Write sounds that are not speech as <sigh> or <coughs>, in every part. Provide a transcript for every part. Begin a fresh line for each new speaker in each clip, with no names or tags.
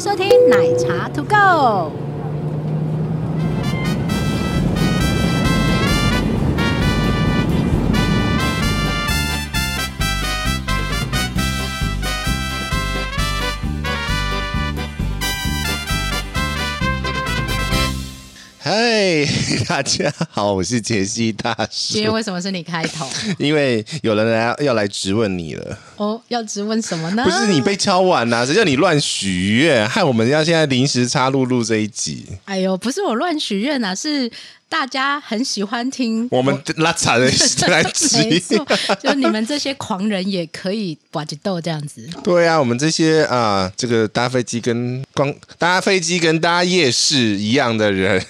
收听奶茶 To Go。
嗨， <laughs> 大家好，我是杰西大叔
今。天为什么是你开头？
因为有人来要来质问你了，
哦，要质问什么呢？
不是你被敲碗
啊
呐、谁叫你乱许愿，害我们要现在临时插入录这一集。
哎呦，不是我乱许愿啊，是大家很喜欢听
我们拉惨了来
<laughs> 没
集，
错，就你们这些狂人也可以把着斗这样
<laughs>
子。
对啊，我们这些啊、这个搭飞机跟光搭飞机跟搭夜市一样
<laughs>
的人，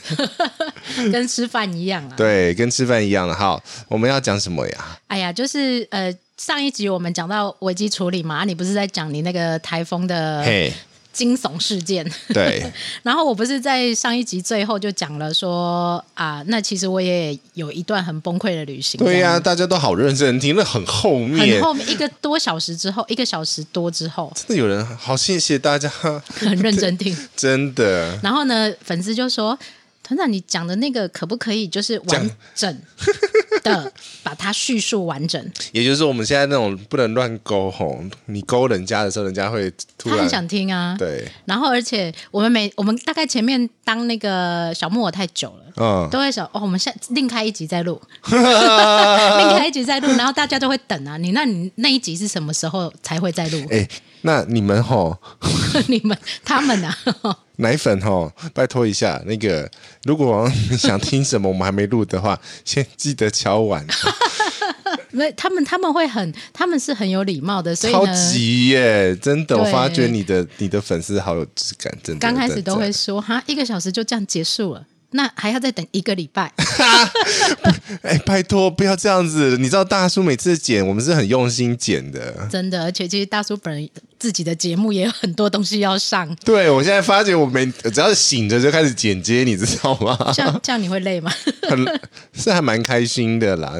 跟吃饭一样啊。
对，跟吃饭一样的。好，我们要讲什么呀？
哎呀，就是呃，上一集我们讲到危机处理嘛，啊你不是在讲你那个台风的
嘿、
惊悚事件？
对，
<laughs> 然后我不是在上一集最后就讲了说啊，那其实我也有一段很崩溃的旅行。
对
这
呀、
样
大家都好认真听，那很后面
很，后面一个多小时之后，一个小时多之
<laughs>
后，
真的有人好谢谢大家，
很认真听。
真的。
然后呢，粉丝就说：“团长，你讲的那个可不可以就是完整的把它叙述完整？
也就是说，我们现在那种不能乱勾吼，你勾人家的时候，人家会突
他
然
很想听啊。
对，
然后，而且我们每我们大概前面当那个小木偶太久了。”
嗯，
都会想哦，我们下另开一集再录，
啊
另开一集再录，然后大家都会等啊。你那你那一集是什么时候才会再录？
<laughs> 哎、那你们吼
<laughs> 你们他们啊， <laughs>
奶粉吼，拜托一下，那个如果你想听什么我们还没录的话，先记得敲碗，
没他们他们会很，他们是很有礼貌 <laughs> 的，所以
超
呢，
级耶，真的，我
对
发觉你的你的粉丝好有质感，真的，
刚开始
真的
都会说哈，一个小时就这样结束了，那还要再等一个礼
<laughs>
拜。
哎、拜托不要这样子，你知道大叔每次剪我们是很用心剪的。
真的，而且其实大叔本人自己的节目也有很多东西要上，
对，我现在发觉我每只要醒着就开始剪接，你知道吗？
这
<laughs>
样这样你会累吗？ <laughs>
很是还蛮开心的啦。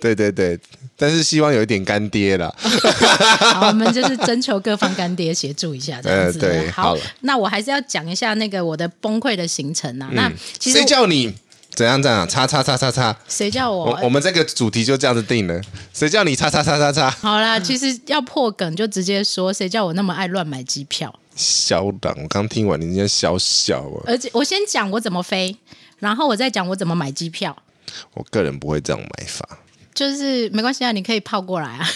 对对对，但是希望有一点干爹啦。
哦好，我们就是征求各方干爹协助一下，这样子。啊
呃 <laughs> 对
好
好了，
那我还是要讲一下那个我的崩溃的行程啊。那其实
嗯谁叫你怎样怎样？叉叉叉叉叉！
谁叫我
我？我们这个主题就这样子定了。谁叫你叉叉叉叉叉？
好啦，其实要破梗就直接说，谁叫我那么爱乱买机票？
小党，我刚听完你人家小小啊，
而且我先讲我怎么飞，然后我再讲我怎么买机票。
我个人不会这样买法。
就是没关系啊，你可以泡过来啊。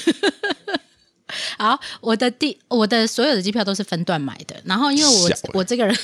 好，我的第我的所有的机票都是分段买的，然后因为我
小欸
我这个人，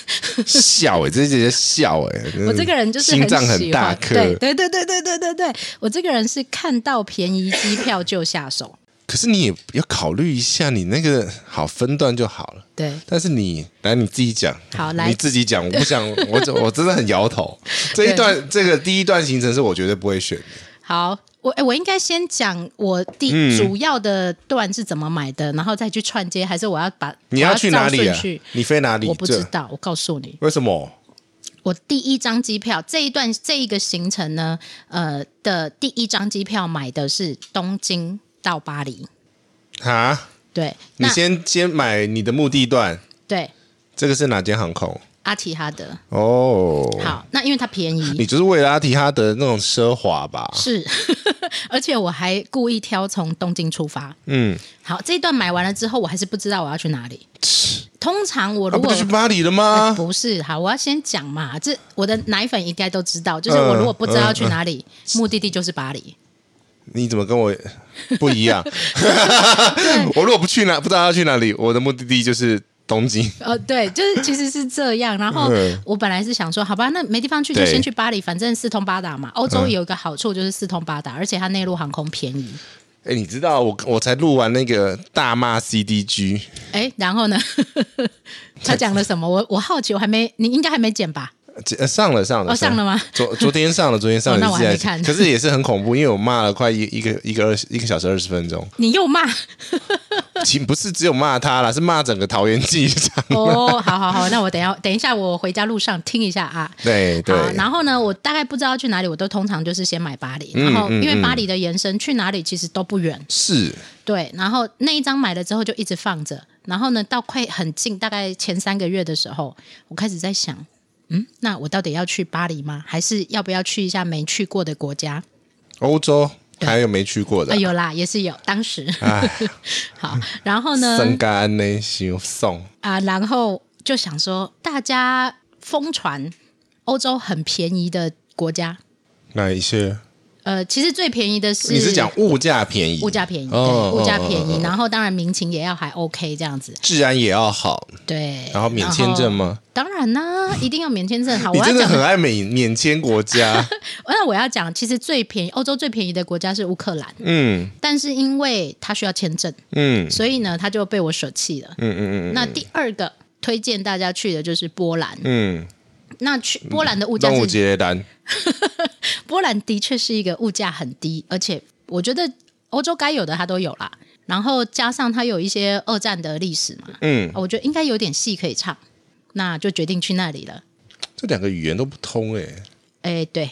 笑哎、欸，这些笑哎、
<laughs>
欸，
我这个人就是
心脏
喜欢
很大颗。
对对对对对对对对，我这个人是看到便宜机票就下手，
可是你也要考虑一下，你那个好分段就好了。
对。
但是你来你自己讲，
好来
你自己讲，我不
<laughs>
想，我真我真的很摇头。这一段这个第一段行程是我绝对不会选的，
好，我诶我应该先讲我第、主要的段是怎么买的，然后再去串接，还是我要把
你
我要
去哪
照
里
顺
啊
序？
你飞哪里？
我不知
这
道，我告诉你，
为什么？
我第一张机票这一段这一个行程呢，呃的第一张机票买的是东京到巴黎，
啊？
对，
你
那
先先买你的目的段，
对
这个是哪间航空？
阿提哈德，
哦，，
好，那因为它便宜。
你就是为了阿提哈德那种奢华吧？
是， <laughs> 而且我还故意挑从东京出发。
嗯，
好，这一段买完了之后，我还是不知道我要去哪里。通常我
那、
如
啊不
果、
就去巴黎了
呃
吗？
不是，好，我要先讲嘛。这我的奶粉应该都知道，就是
嗯
我如果不知道要去哪里，目的地就是巴黎。
你怎么跟我不
<laughs>
一样？我如果不去哪，不知道要去哪里，我的目的地就是东京。
呃，对，就是其实是这样。然后
嗯
我本来是想说，好吧，那没地方去就
对嗯
先去巴黎，反正四通八达嘛。欧洲有一个好处就是四通八达，而且它内陆航空便宜。
哎、你知道我我才录完那个大骂 CDG，
哎，然后呢， <laughs> 他讲了什么？我我好奇，我还没，你应该还没剪吧？
这呃上了上了、
哦上了吗
昨昨天上了，昨天上
哦
了，
那我还没
现在
看
可是也是很恐怖，因为我骂了快一一个一个二十一个小时二十分钟，
你又骂
其不是只有骂他啦，是骂整个桃园机场。
哦，好好好，那我等一下等一下，我回家路上听一下啊。
对对，
好，然后呢，我大概不知道去哪里，我都通常就是先买巴黎，
嗯
然后因为巴黎的延伸去哪里其实都不远，
是
对。然后那一张买了之后就一直放着，然后呢，到快很近，大概前三个月的时候，我开始在想，嗯，那我到底要去巴黎吗？还是要不要去一下没去过的国家？
欧洲还有没去过的
啊，，有啦，也是有，当时
哎，
<laughs> 好，然后呢，
生干呢，想送
啊，然后就想说，大家疯传欧洲很便宜的国家，
哪一些？
呃，其实最便宜的是
你是讲物价便宜，
物价便宜，
哦
对，物价便
哦哦
宜，然后当然民情也要还 OK 这样子，
治安也要好，
对，
然后免签证
然后？
吗？
当然啦、一定要免签哦证。好，我
你
要
真的
讲，
很爱免免签国
<laughs>
家，
那我要讲，其实最便宜，欧洲最便宜的国家是乌克兰，
嗯
但是因为它需要签证，
嗯
所以呢，它就被我舍弃了。
嗯嗯嗯
那第二个推荐大家去的就是波兰，
嗯，
那去波兰的物价
端午
是
节单，
波兰的确是一个物价很低，而且我觉得欧洲该有的它都有啦。然后加上它有一些二战的历史嘛，
嗯，
我觉得应该有点戏可以唱，那就决定去那里了。
这两个语言都不通哎，
哎，对，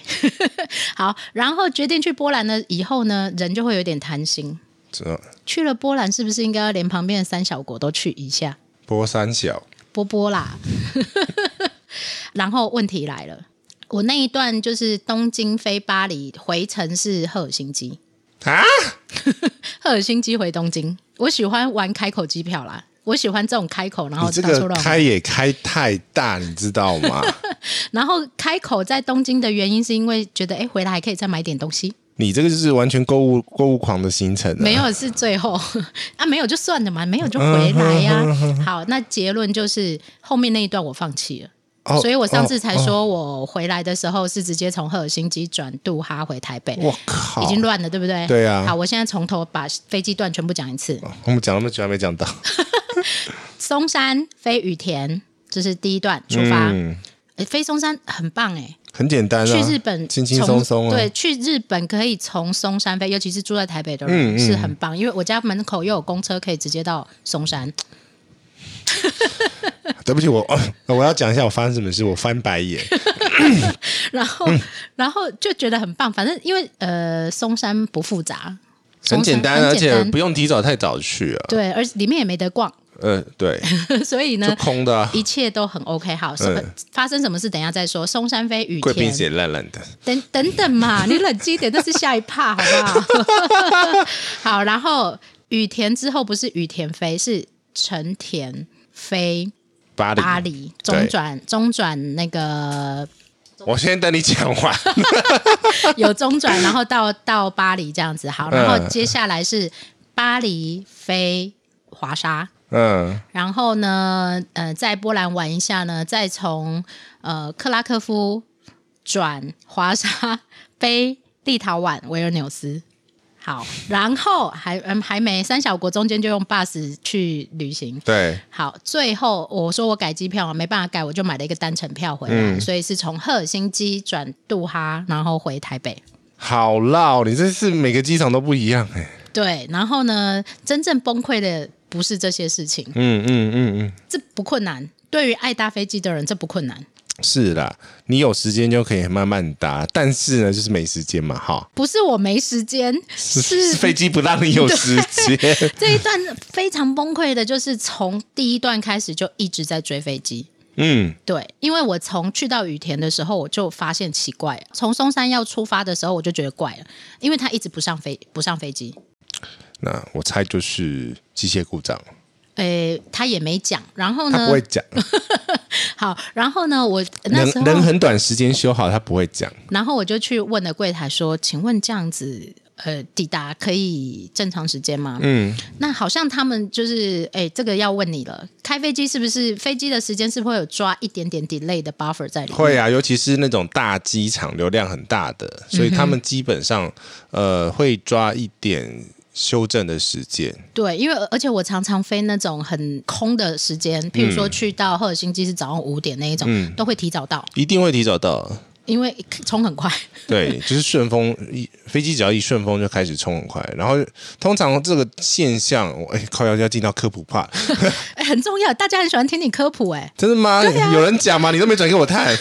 <laughs> 好，然后决定去波兰了以后呢，人就会有点贪心。
这
去了波兰，是不是应该要连旁边的三小国都去一下，
波三小，
波波啦？ <laughs> 然后问题来了，我那一段就是东京飞巴黎，回程是赫尔辛基。
啊，
赫尔辛基回东京，我喜欢玩开口机票啦，我喜欢这种开口，然后
你这
到处
个
哦乱玩
开也开太大，你知道
<laughs>
吗？
然后开口在东京的原因是因为觉得哎，诶回来还可以再买点东西，
你这个就是完全购物购物狂的行程、啊，
没有是最后 <laughs> 啊，没有就算了嘛，没有就回来呀、
嗯
好，那结论就是后面那一段我放弃了。
哦，
所以我上次才
哦，
说，我回来的时候是直接从赫尔辛基转杜哈回台北，
我、靠，
已经乱了，对不对？
对啊嗯
好，我现在从头把飞机段全部讲一次。
我们讲那么久还没讲到，
松山飞羽田，这是第一段出发。
嗯，
诶飞松山很棒哎、
很简单啊，
去日本
轻轻
从
松松啊，
对，，去日本可以从松山飞，尤其是住在台北的人、
嗯嗯
是很棒，因为我家门口又有公车可以直接到松山。
对不起，我、 <coughs> 哦我要讲一下我发生什么事，我翻白眼，
然后，
嗯
然后就觉得很棒。反正因为呃，松山不复杂，松山
很简单，啊
很
而
简
且
单
不用提早太早去啊，
对，而里面也没得逛， <laughs>
呃，对，
所以
就
呢，
空的、啊，
一切都很 OK 好。什
嗯
发生什么事，等一下再说。松山飞雨
贵宾
天，
鞋烂烂的，
等等等嘛，你冷静一点，那是下一趴，好不好？好， <laughs> 然后羽田之后不是羽田飞，是成田飞
巴黎，
巴黎，中转中转那个
我先等你讲完，
<laughs> 有中转，然后到到巴黎这样子。好，然后
嗯
接下来是巴黎飞华沙。
嗯，
然后呢，呃，在波兰玩一下呢，再从呃克拉科夫转华沙飞立陶宛维尔纽斯。好，然后还嗯还没三小国中间就用 bus 去旅行。
对，
好，最后我说我改机票嘛没办法改，我就买了一个单程票回来，
嗯
所以是从赫尔辛基转杜哈，然后回台北。
好啦，你这次每个机场都不一样哎、
对，然后呢，真正崩溃的不是这些事情，
嗯嗯嗯嗯，
这不困难。对于爱搭飞机的人，这不困难。
是啦，你有时间就可以慢慢搭，但是呢，就是没时间嘛，哈。
不是我没时间，是
飞机不让你有时间，
<laughs> 这一段非常崩溃的，就是从第一段开始就一直在追飞机。
嗯，
对，因为我从去到羽田的时候，我就发现奇怪了。从松山要出发的时候，我就觉得怪了，因为他一直不上飞，不上飞机。
那我猜就是机械故障，
嗯诶，他也没讲。然后
他
呢
不会，讲，
<laughs> 好，然后呢，我那
能
时候嗯
能很短时间修好，他不会讲。
然后我就去问了柜台说：“请问这样子，呃，抵达可以正常时间吗？”
嗯，
那好像他们就是，哎、这个要问你了，开飞机是不是飞机的时间是不是会有抓一点点 delay 的 buffer 在里面？
会啊，尤其是那种大机场流量很大的，所以他们基本上呃会抓一点修正的时间。
对，因为而且我常常飞那种很空的时间，譬如说
嗯
去到赫尔辛基是早上五点那一种，都会提早到，
一定会提早到，
因为 <laughs> 冲很快。
对，就是顺风一飞机只要一顺风就开始冲很快，然后通常这个现象，我哎靠要要进到科普怕，
哎、
<laughs>
很重要，大家很喜欢听你科普、哎，
真的吗？有人讲吗？你都没转给我看，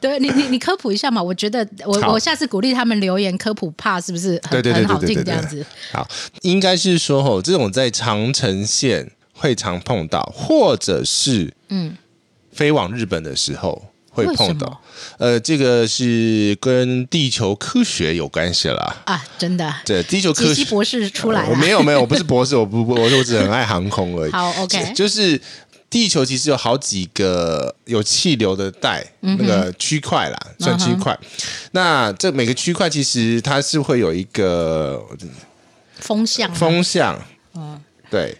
对你，你你科普一下嘛？我觉得我
好
我下次鼓励他们留言科普怕是不是很
对对对
很好
对对
听这
对对
样子？
好，应该是说吼，这种在长城线会常碰到，或者是
嗯，
飞往日本的时候会
为什
碰
么
到。呃，这个是跟地球科学有关系啦。
啊，真的，
对，地球
杰
科
西
学
博士出来啊
我
了，
哦没有没有，我不是博士，我不不，我我只是很爱航空而已。
好，OK
就是地球其实有好几个有气流的带，
嗯
那个区块啦，算区块。那这每个区块其实它是会有一个
风向啊吗
风向，
嗯
对，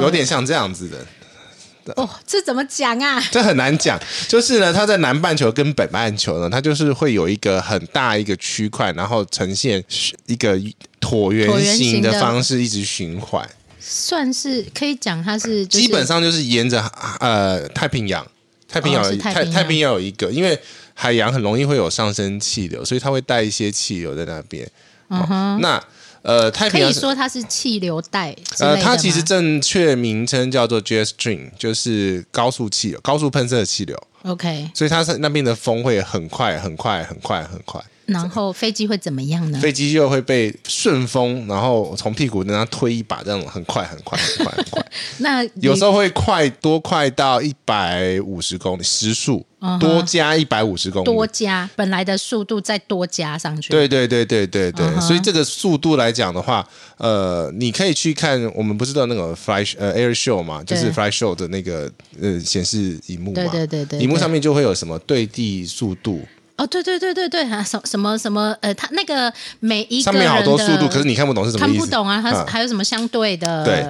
有点像这样子的，
哦，这怎么讲啊？
这很难讲。就是呢，它在南半球跟北半球呢，它就是会有一个很大一个区块，然后呈现一个椭
椭
圆
圆形
形
的
的方式一直循环。
算是可以讲它是、就是、
基本上就是沿着呃太平洋，太平洋
哦
有
是
一、
太
太
平洋
太平洋有一个，因为海洋很容易会有上升气流，所以它会带一些气流在那边。哦那呃，太
嗯可
平洋
以
是
说它是气流带之类
呃，
的
它其
吗
实正确名称叫做 jet stream，就是高速气流、高速喷射的气流，
OK，
所以它是那边的风会很快、很快、很快、很快，
然后飞机会怎么样呢？
飞机就会被顺风，然后从屁股跟它推一把，这种很快、很快、很快、很快。
那
有时
候
候会快多快到一百五十公里时速
嗯哼，
多加一百五十公
多
里。
加本来的速度再多加上去，
对对对对对对
嗯哼
所以这个速度来讲的话，呃，你可以去看我们不是都有那个 fly 呃 air show 嘛，就
对
是 fly show 的那个呃显示荧幕嘛，
对对对对
荧幕
对
上面就会有什么对地速度，
哦，对对对对对，啊什什么什么呃，它那个每一个
上
人
面
的
好多速度，可是你看不懂是什么
看
意思？
不懂啊，它是
嗯
还有什么相对的
对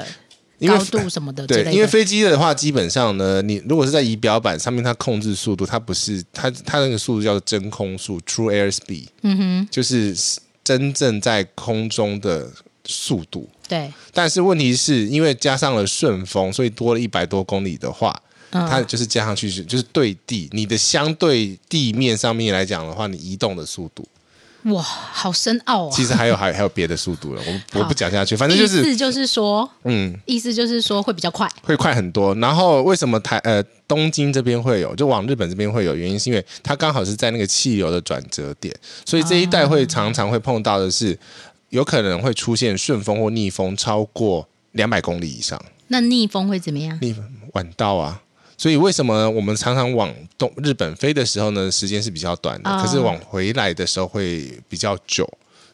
因为
高度什么的之类
对
的，，
因为飞机的话，基本上呢，你如果是在仪表板上面，它控制速度，它不是它它那个速度叫做真空速 （true air speed），嗯哼，就是真正在空中的速度。
对
但是问题是因为加上了顺风，所以多了一百多公里的话，
嗯
它就是加上去是就是对地，你的相对地面上面来讲的话，你移动的速度，
哇，好深奥啊！
其实还有还有还有别的速度了，我我
好
不讲下去，反正
意
就是
思就是说，
嗯。
意思就是说会比较快，
会快很多。然后为什么台呃东京这边会有，就往日本这边会有？原因是因为它刚好是在那个气流的转折点，所以这一带会常常会碰到的是，有可能会出现顺风或逆风超过两百公里以上，
那逆风会怎么样？
逆晚到啊。所以为什么我们常常往东日本飞的时候呢，时间是比较短的，
啊
可是往回来的时候会比较久。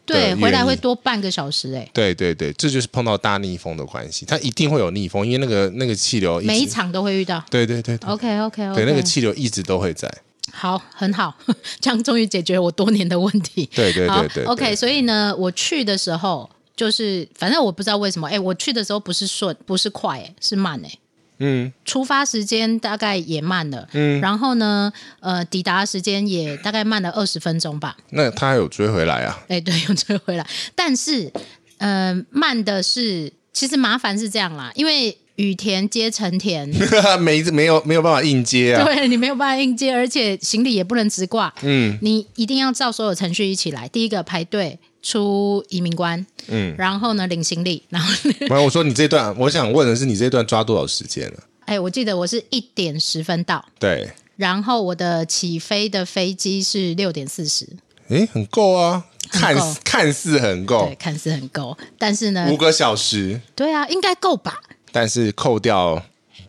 对，
原
回来会
因
多半个小时哎，
对对对，这就是碰到大逆风的关系，它一定会有逆风，因为那个那个气流一直
每一场都会遇到。
对对对对
OK OK OK，
对，那个气流一直都会在。
好，很好， <laughs> 这样终于解决我多年的问题。
对对
好
对对
o k
对
所以呢，我去的时候就是，反正我不知道为什么，哎，我去的时候不是顺，不是快、哎，是慢、哎。
嗯，
出发时间大概也慢了，嗯，然后呢，呃，抵达时间也大概慢了二十分钟吧，
那他还有追回来啊？ <laughs>
哎，对， <laughs> 又追回来。但是，呃，慢的是，其实麻烦是这样啦，因为雨田接成田，
没没有没有办法应接啊？
对你没有办法应接，而且行李也不能直挂，
嗯，
你一定要照所有程序一起来。第一个排队出移民关，嗯，然后呢领行李，然后呢 <laughs>
没有，我说你这段，我想问的是，你这段抓多少时间了、
哎，我记得我是一点十分到，
对，
然后我的起飞的飞机是六点四十，
诶，很够啊，
很
看
够
似看似很
对，呃
够，
看似很够，但是呢
五，个小时，
对啊，应该够吧。
但是扣掉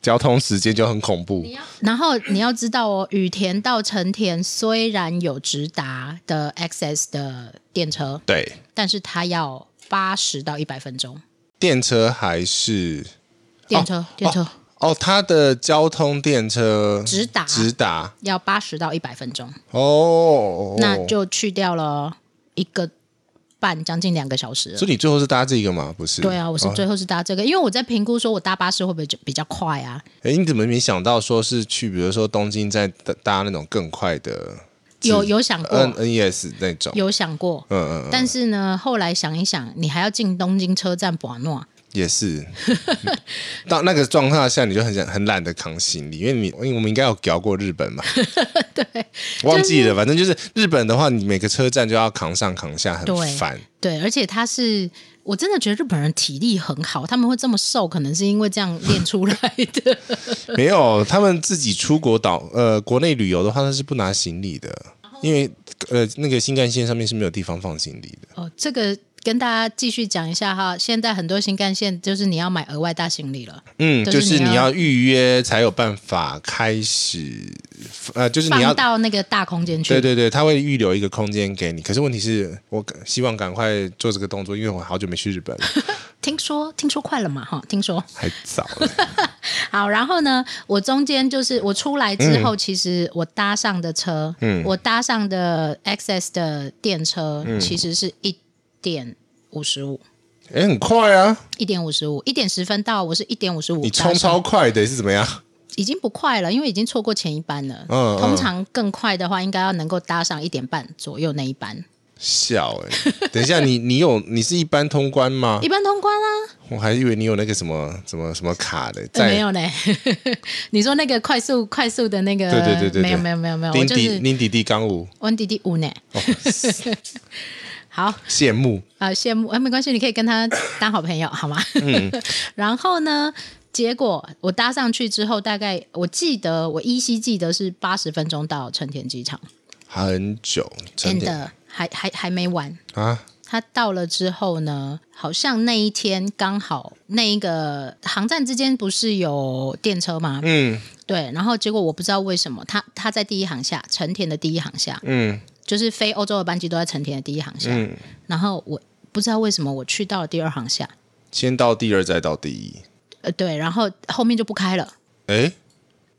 交通时间就很恐怖。
然后你要知道哦，羽田到成田虽然有直达的 Access 的电车，
对，
但是它要八十到一百分钟。
电车还是
电车，电车、
哦，它的交通电车
直达
直达
要八十到一百分钟，
哦，
那就去掉了一个半，将近两个小时了。
所以你最后是搭这个吗？不是？
对啊，我是
哦
最后是搭这个，因为我在评估说我搭巴士会不会就比较快啊？
哎，你怎么没想到说是去，比如说东京再搭搭那种更快的
有有想过，
N N E S 那种？
有想过。
嗯嗯，嗯
但是呢，后来想一想，你还要进东京车站把诺，
也是。到那个状况下，你就很想很懒得扛行李，因为你因为我们应该有聊过日
<laughs>
本嘛，对，忘记了，反
<laughs>
正就是日本的话，你每个车站就要扛上扛下，很
对
烦。
对，而且它是我真的觉得日本人体力很好，他们会这么瘦，可能是因为这样练出来的。 <laughs>
没有，他们自己出国岛呃国内旅游的话，他是不拿行李的，因为呃那个新干线上面是没有地方放行李的。
哦，这个跟大家继续讲一下哈，现在很多新干线就是你要买额外大行李了，
嗯，
就是
就
你
是你
要
要预约才有办法开始，呃，就是你要
放到那个大空间去。
对对对，他会预留一个空间给你。可是问题是我希望赶快做这个动作，因为我好久没去日
<laughs>
本了，
听说听说快了嘛哈，听说。
还早嘞。
好，然后呢，我中间就是我出来之
嗯
后，其实我搭上的车，我搭上的 Access 的电车，
嗯
其实是一点五十五，
哎，很快啊，
一点五十五，一点十分到，我是一点五十五，
你冲超快的是怎么样？
已经不快了，因为已经错过前一班了。
嗯嗯
通常更快的话，应该要能够搭上一点半左右那一班，
笑
<laughs>
哎、等一下，你你有你是一般通关吗
一？般通关啊，
我还以为你有那个什么什么什么卡的，
呃
在
没有呢。 <laughs> 你说那个快速快速的那个，
对对对对
没有
对
没有没有没有，我
林
就
迪
是
林迪迪刚舞，
温迪迪五呢。
哦
<laughs> 好，
羡慕
啊，羡慕啊，没关系，你可以跟他当好朋友，好吗？
嗯
<laughs> 然后呢，结果我搭上去之后，大概我记得我依稀记得是八十分钟到成田机场
很久，真的
，and 呃还还还没完。
啊，
他到了之后呢，好像那一天刚好那一个航站之间不是有电车吗？
嗯
对，然后结果我不知道为什么他他在第一航下，成田的第一航下，
嗯
就是飞欧洲的班机都在成田的第一航下，
嗯，
然后我不知道为什么我去到了第二航下，
先到第二再到第一，
呃，对，然后后面就不开了，
哎，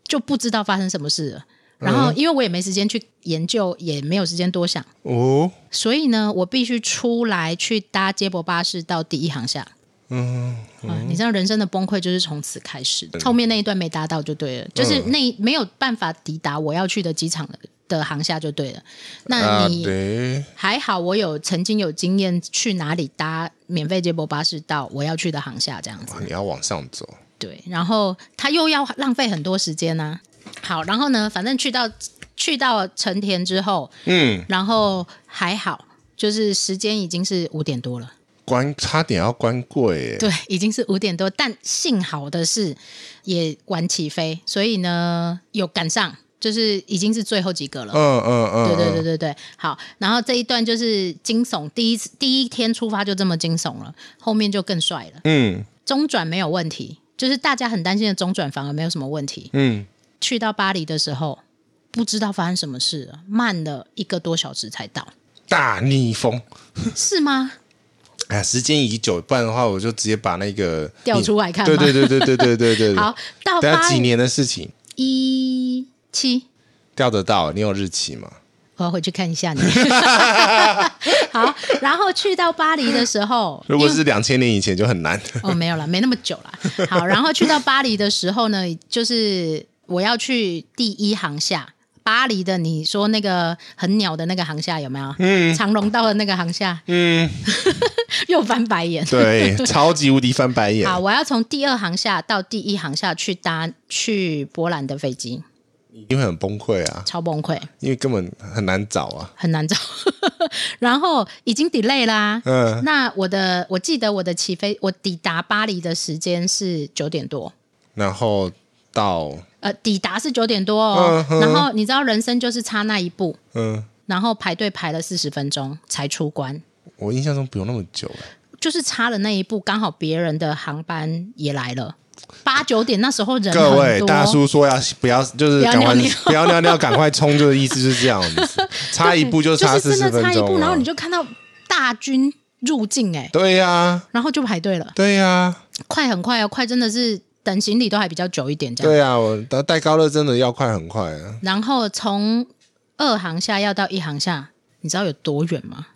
就不知道发生什么事了。然后，
嗯
因为我也没时间去研究，也没有时间多想，
哦，
所以呢，我必须出来去搭接驳巴士到第一航下。
嗯，
啊，你知道人生的崩溃就是从此开始的，后面那一段没搭到就对
嗯
了，就是那没有办法抵达我要去的机场的航下就对了。那
啊
你
对，
还好，我有曾经有经验去哪里搭免费接驳巴士到我要去的航下这样子。
啊哇你要往上走，
对，然后他又要浪费很多时间呐、好，然后呢，反正去到去到成田之后，
嗯，
然后还好，就是时间已经是五点多了。
关差点要关柜耶，
对，已经是五点多，但幸好的是也晚起飞，所以呢有赶上，就是已经是最后几个了。
嗯嗯嗯，
对对对
嗯，
对对，好，然后这一段就是惊悚，第一次第一天出发就这么惊悚了，后面就更帅了。
嗯
中转没有问题，就是大家很担心的中转反而没有什么问题。
嗯，
去到巴黎的时候，不知道发生什么事了，慢了一个多小时才到，
大逆风。
是吗？
哎呀，时间已久，不然的话我就直接把那个
调出来看吗
嗯对对对对对对对对。
<laughs> 好，到
等下
巴
几
黎
年的事情
一七，
调得到，你有日期吗？
我要回去看一
<laughs>
下你。好，然后去到巴黎的时候，
<laughs> 如果
因为
是两千年以前就很
<laughs>
难。
哦没有了，没那么久了。好，然后去到巴黎的时候呢，就是我要去第一航厦。巴黎的，你说那个很鸟的那个航厦有没有？嗯，长龙到的那个航厦，
嗯，
<laughs> 又翻白眼。
对，超级无敌翻白眼。
好，我要从第二航下到第一航下去搭去波兰的飞机，
一定会很崩溃啊，
超崩溃，
因为根本很难找啊。
很难找。 <laughs> 然后已经 delay 啦、
嗯，
那我的我记得我的起飞，我抵达巴黎的时间是九点多。
然后到
呃，抵达是九点多哦
嗯哼
然后你知道人生就是差那一步，
嗯，
然后排队排了四十分钟才出关，
我印象中不用那么久啊了。
就是差了那一步，刚好别人的航班也来了，八九点那时候人
各
很
位
多，
大叔说要不要就是
不要
赶
尿
快
尿
不要尿尿，赶快冲，就是意思就是这样
<laughs>
子，差一步就差
就
四
是
十
真的
分
差一步，
钟
然后
啊
你。就看到大军入境哎、
对呀、
然后就排队了，
对呀、
快很快哦，快真的是等行李都还比较久一点这样。
对啊，我但戴高乐真的要快很快啊！
然后从二航下要到一航下，你知道有多远吗？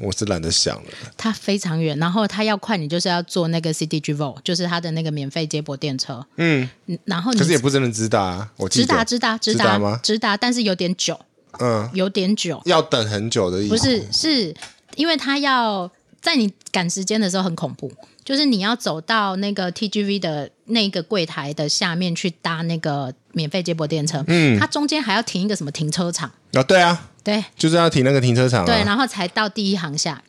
我是懒得想了。
它非常远，然后它要快，你就是要坐那个 CDG Vol，就是它的那个免费接驳电车。
嗯，
嗯然后你
可是也不真的直达、啊，我记
直
得
达直达直
直达吗
达直达，但是有点久，
嗯，
有点久，
要等很久的意思。
不是是因为它要在你赶时间的时候很恐怖，就是你要走到那个 TGV 的那个柜台的下面去搭那个免费接驳电车，嗯，它中间还要停一个什么停车场，
啊，对啊，
对
就是要停那个停车场、啊。
对，然后才到第一航下。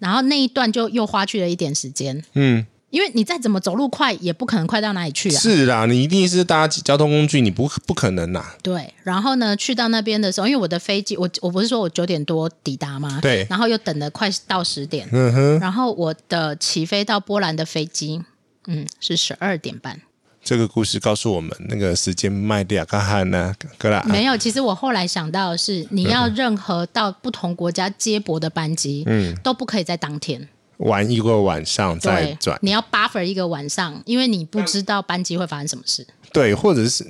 然后那一段就又花去了一点时间，
嗯，
因为你再怎么走路快，也不可能快到哪里去啊。
是啦，你一定是搭交通工具，你不不可能啊啦。
对，然后呢，去到那边的时候，因为我的飞机，我我不是说我九点多抵达吗？
对
然后又等了快到十点，
嗯哼，
然后我的起飞到波兰的飞机，嗯，是十二点半。
这个故事告诉我们，那个时间麦迪亚卡汉呢，格拉，
没有，其实我后来想到的是，
嗯
你要任何到不同国家接驳的班机，嗯，都不可以在当天，
玩一个晚上再
对
转，，
你要 buffer 一个晚上，因为你不知道班机会发生什么事。
对，或者是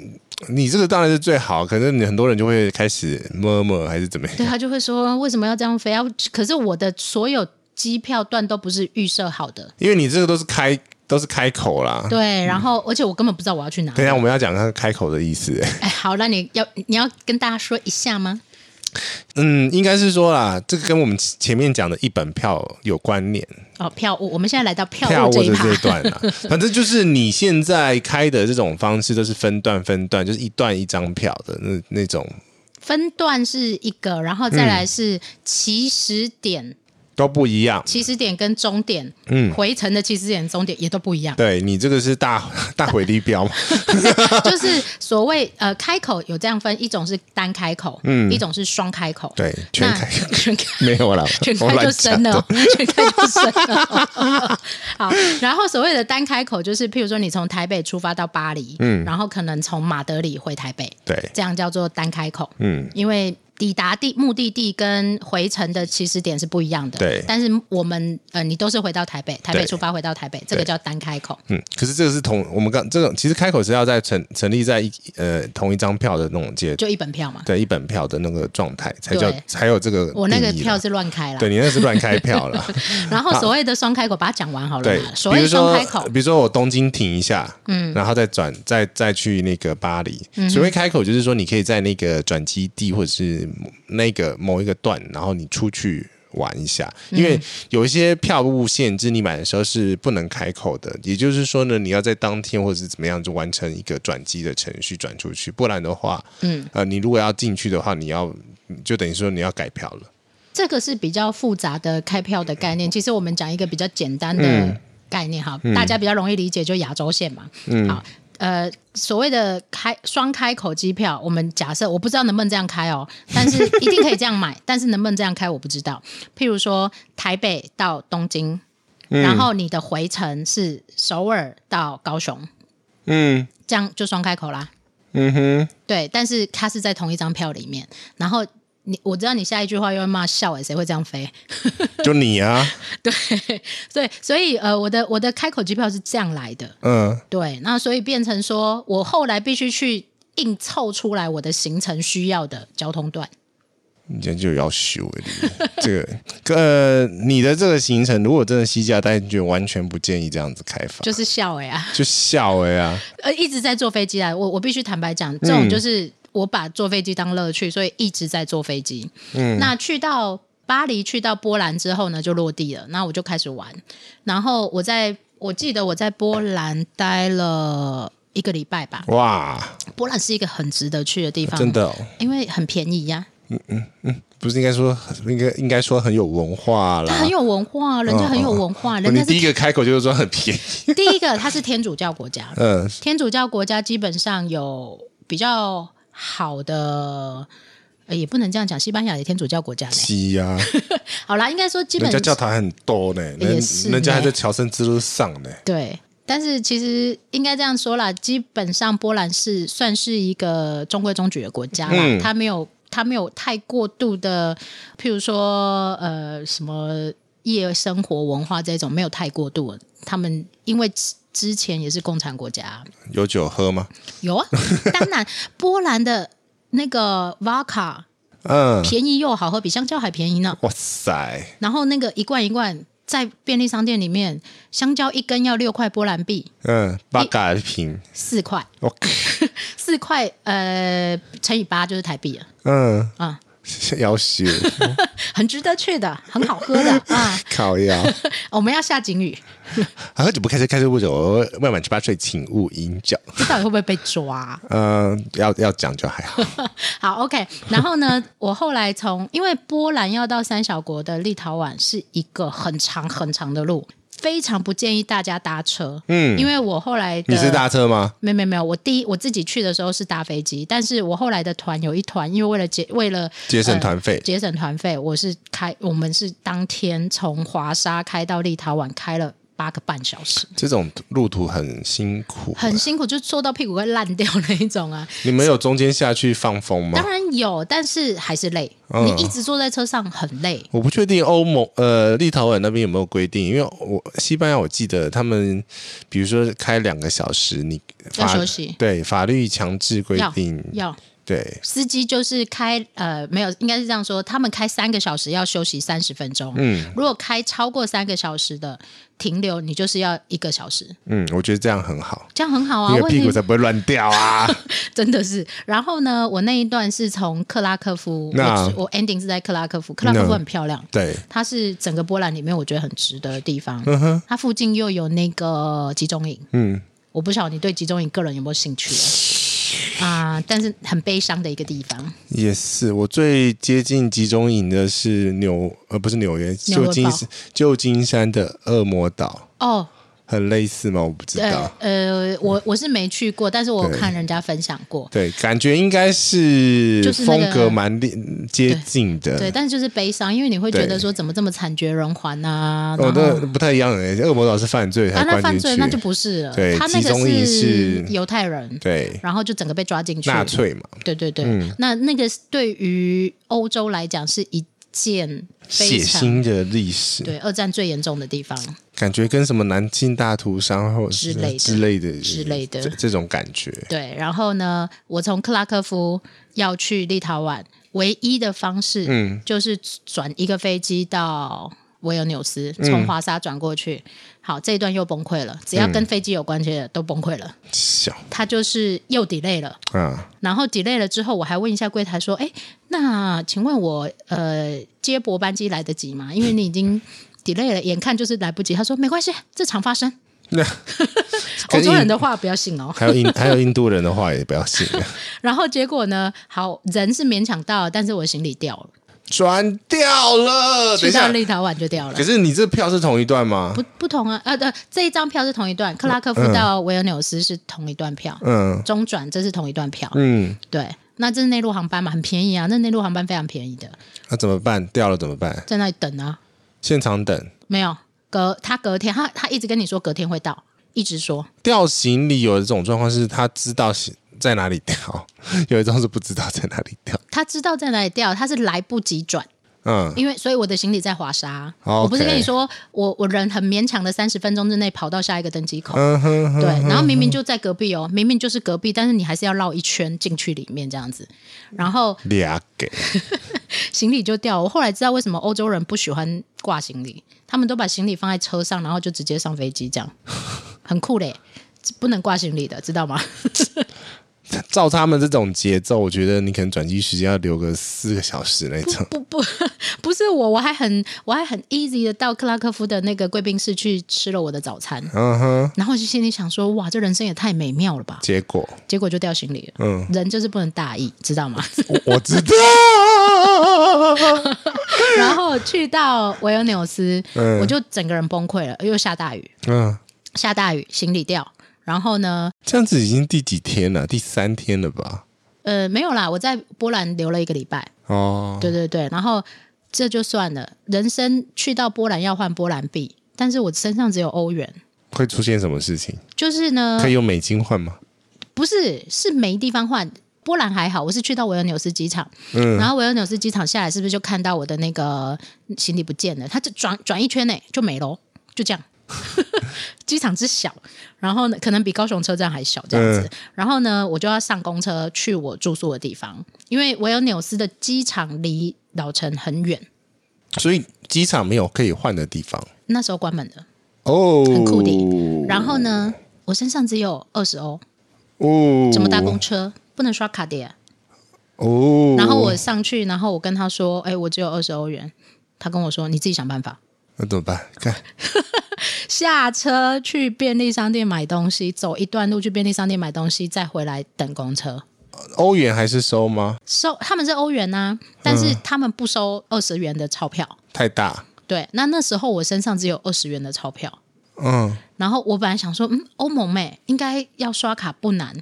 你这个当然是最好，可是你很多人就会开始摸摸还是怎么
对
样，
他就会说为什么要这样飞啊？可是我的所有机票段都不是预设好的，
因为你这个都是开都是开口啦。
对，然后而且我根本不知道我要去哪。
等一下我们要讲它开口的意思，哎
哎，好，那你要你要跟大家说一下吗？
嗯，应该是说啦，这个跟我们前面讲的一本票有关联。
哦，票务，我们现在来到票
票
务这
或
一
者这一
趴。
段啦、反正就是你现在开的这种方式都是分段分段，就是一段一张票的那那种
分段是一个，然后再来是起始点，
都不一样。
起始点跟终点，
嗯
回程的起始点、终点也都不一样。
对你这个是大大回力镖嘛？
<laughs> 就是所谓呃开口有这样分，一种是单开口，一种是双开口，
嗯对，全
那
开
<laughs> 全开。
没有啦，
全
我
开
乱
就
讲
生了哦， <laughs> 全开就生了 <laughs> 哦。好，然后所谓的单开口就是，譬如说你从台北出发到巴黎，嗯，然后可能从马德里回台北，
对，
这样叫做单开口，
嗯，
因为抵达地目的地跟回程的起始点是不一样的。
对
但是我们呃，你都是回到台北，台北
对
出发回到台北，这个叫单开口。
嗯，可是这个是同我们刚这种其实开口是要在成成立在一呃同一张票的那种阶
就一本票嘛，
对一本票的那个状态才叫
对
才有这个
我那个
定义啦
票是乱开啦。
对你那个是乱开
<laughs>
票了，
然后所谓的双开口，把它讲完好了
对
啦。，所
比
谓
如
双
说
开口，
比如说我东京停一下，嗯，然后再转，再再去那个巴黎。
嗯
所谓开口，就是说你可以在那个转机地或者是那个某一个段，然后你出去。玩一下，
嗯
因为有一些票务限制，你买的时候是不能开口的。也就是说呢，你要在当天或者是怎么样就完成一个转机的程序转出去，不然的话，嗯，呃，你如果要进去的话，你要就等于说你要改票了。
这个是比较复杂的开票的概念。
嗯
其实我们讲一个比较简单的概念哈，大家比较容易理解，就亚洲线嘛。
嗯
好，呃，所谓的开双开口机票，我们假设我不知道能不能这样开
<laughs>
哦，但是一定可以这样买， <laughs> 但是能不能这样开我不知道。譬如说台北到东京，
嗯
然后你的回程是首尔到高雄，
嗯
这样就双开口啦。
嗯哼，
对，但是它是在同一张票里面，然后。你我知道你下一句话又会骂笑诶、欸谁会这样飞？
就你啊，
对，所以呃，我的我的开口机票是这样来的，
嗯，
对，那所以变成说我后来必须去硬凑出来我的行程需要的交通段，
你这就要修了。这个 <laughs> 呃，你的这个行程如果真的西价带进去，完全不建议这样子开发，
就
就
是笑哎、啊， <laughs>
笑哎呀、
呃，一直在坐飞机来，我我必须坦白讲，这种就是我把坐飞机当乐趣，所以一直在坐飞机。嗯，那去到巴黎，去到波兰之后呢，就落地了，那我就开始玩，然后我在我记得我在波兰待了。一个礼拜吧，
哇，
波兰是一个很值得去的地方，
真，的哦、
因为很便宜呀、
不是应该说应该应该说很有文化
他
啦
很。有文化，
哦
人家很有文化，人
你
家
第一
是
个开口就是说很便宜，
<laughs> 第一个，他是天主教国家，
<laughs> 嗯，
天主教国家基本上有比较好的。呃也不能这样讲，西班牙也天主教国家呢。
西呀、
好啦，应该说基
啊人
本
家教堂很多呢，人
也是呢
人家还在朝圣之路上呢。
对，但是其实应该这样说啦，基本上波兰是算是一个中规中矩的国家啦，
嗯
它没有它没有太过度的，譬如说呃什么夜生活文化这种没有太过度，他们因为之之前也是共产国家，
有酒喝吗？
有啊，当然波兰的那个 vodka
嗯，
便宜又好喝，比香蕉还便宜呢。
哇塞，
然后那个一罐一罐在便利商店里面，香蕉一根要六块波兰币，
嗯，八嘎一瓶，
四块， <laughs>
OK，
四块呃乘以八就是台币了
嗯，
啊、
<laughs> 要修
很值得去的，很好
<laughs>
喝的啊！
烤鸭。
我们要下警语，
啊，喝酒不开车，开车不酒。未满十八岁，请勿饮酒。
这到底会不会被抓啊、
嗯、要要讲就
<laughs>
还好。
好，OK。然后呢，我后来从因为波兰要到三小国的立陶宛是一个很长很长的路，非常不建议大家搭车。嗯，因为我后来的
你是搭车吗？
没有没有没有，我第一我自己去的时候是搭飞机，但是我后来的团有一团，因为为了节为了
节省团费
呃节省团费，我是开我们是当天从华沙开到立陶宛，开了八个半小时，
这种路途很辛苦。
很辛苦，就坐到屁股会烂掉那一种
<laughs>
啊。
你们有中间下去放风吗
当？然有，但是还是累，
嗯
你一直坐在车上很累。
我不确定欧盟呃立陶宛那边有没有规定，因为我西班牙我记得他们，比如说开两个小时，你
要
法
休息
对法律强制规
要
定，
要
对
司机就是开呃没有，应该是这样说，他们开三个小时要休息三十分钟。嗯，如果开超过三个小时的停留，你就是要一个小时，
嗯，我觉得这样很好，
这样很好啊。
你的
问
屁
题
股才不会乱
<laughs>
掉啊。
真的是。然后呢，我那一段是从克拉科夫，
那
我我 ending 是在克拉科夫，克拉科夫
那
很漂亮。
对，
它是整个波兰里面我觉得很值得的地方，它附近又有那个集中营，
嗯，
我不晓得你对集中营个人有没有兴趣啊、但是很悲伤的一个地方，
也是。我最接近集中营的是纽呃不是纽约，
纽约
旧金
堡
山旧金山的恶魔岛，
哦，
很类似吗？我不知
呃
道。
呃，我我是没去过，但是我有
对
看人家分享过，
对，感觉应该是
就是那
风
个
格蛮接接近的。
对，但是就是悲伤，因为你会觉得
对
说怎么这么惨绝人寰啊，
哦
然，后
那不太一样诶，恶魔岛是犯罪
啊
才
那
关
犯
进
罪
去，
那就不是了，
对
他那
集
个
中营是
犹太人，
对
然后就整个被抓进去，
纳粹嗯嘛，
对对对，那那个是对于欧洲来讲是一件
血
非常。
腥的历史，
对，二战最严重的地方，
感觉跟什么南京大屠杀或者是
之类的
之类的
之类的
这这种感觉。
对。然后呢，我从克拉科夫要去立陶宛，唯一的方式，
嗯
就是转一个飞机到维尔纽斯，
嗯
从华沙转过去。好，这一段又崩溃了，只
嗯
要跟飞机有关系的都崩溃了，
小
它就是又 delay 了。
啊，
然后 delay 了之后，我还问一下柜台说：“哎，那请问我呃接驳班机来得及
<laughs>
吗？因为你已经 delay 了，眼看就是来不及。”他说：“没关系，这常发生。
那”
欧洲人
的
的话不要信哦。
还有印 <laughs> 还有印度人的话也不要信，
然后结果呢？好人是勉强到了，但是我行李掉了，
转掉了。等
去
一
到
下，
立陶宛就掉了
可。是你这票是同一段吗？
不不同啊，呃呃，这一张票是同一段，克拉科夫到维尔纽斯是同一段票，
嗯
中转这是同一段票，
嗯，
对，那这是内陆航班嘛，很便宜啊，那内陆航班非常便宜的，
那怎么办？掉了怎么办？
在那里等啊，
现场等。
没有，隔他隔天，他他一直跟你说隔天会到，一直说，
掉行李有一种状况是他知道行在哪里掉， <laughs> 有一种是不知道在哪里掉。
他知道在哪里掉，他是来不及转，
嗯，
因为所以我的行李在华沙，
OK
我不是跟你说我我人很勉强的三十分钟之内跑到下一个登机口，对，然后明明就在隔壁哦，明明就是隔壁，但是你还是要绕一圈进去里面这样子，然后
俩给
行李就掉了。我后来知道为什么欧洲人不喜欢挂行李，他们都把行李放在车上，然后就直接上飞机，这样很酷嘞。这不能挂行李的，知道吗？
照他们这种节奏，我觉得你可能转机时间要留个四个小时那种。
不不 <laughs> 不是我，我还很我还很 easy 的到克拉科夫的那个贵宾室去吃了我的早餐，
嗯哼，
然后就心里想说，哇，这人生也太美妙了吧！
结果
结果就掉行李了。嗯，人就是不能大意，知道吗？ <laughs>
我我知道，
然后去到维尔纽斯，
嗯
我就整个人崩溃了，又下大雨，
嗯，
下大雨，行李掉。然后呢，
这样子已经第几天了？第三天了吧？
呃，没有啦，我在波兰留了一个礼拜，
哦，
对对对，然后这就算了，人生去到波兰要换波兰币，但是我身上只有欧元，
会出现什么事情？
就是
<laughs>
呢
可，以用美金换吗？
不是是没地方换。波兰还好，我是去到维尔纽斯机场，
嗯
然后维尔纽斯机场下来，是不是就看到我的那个行李不见了？他就转转一圈呢、就没喽，就这样。 <laughs> 机场之小，然后呢，可能比高雄车站还小这样子。
嗯
然后呢，我就要上公车去我住宿的地方，因为维尔纽斯的机场离老城很远，
所以机场没有可以换的地方
那时候关门的。
哦，
很酷的然后呢，我身上只有二十欧，
哦，
怎么搭公车？不能刷卡的耶。
哦，
然后我上去，然后我跟他说：“哎、我只有二十欧元。”他跟我说：“你自己想办法。
那怎么办？看，”
下车去便利商店买东西，走一段路去便利商店买东西，再回来等公车。
欧元还是收吗？
收他们是欧元呐、但是他们不收二十元的钞票。
太大，
对，那那时候我身上只有二十元的钞票，
嗯，
然后我本来想说，嗯，欧盟妹应该要刷卡不难，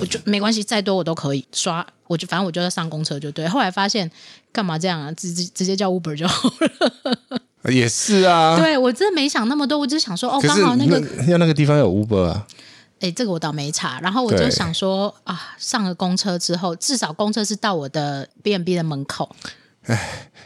我就没关系，再多我都可以刷，我就反正我就要上公车就对。后来发现干嘛这样啊，直直直接叫 Uber 就好了。
也是啊。
对我真的没想那么多，我只是想说，哦，
可
刚
是
好那个，
要那个地方有 Uber 啊，
哎，这个我倒没查。然后我就
对
想说啊，上了公车之后，至少公车是到我的 B&B 的门口，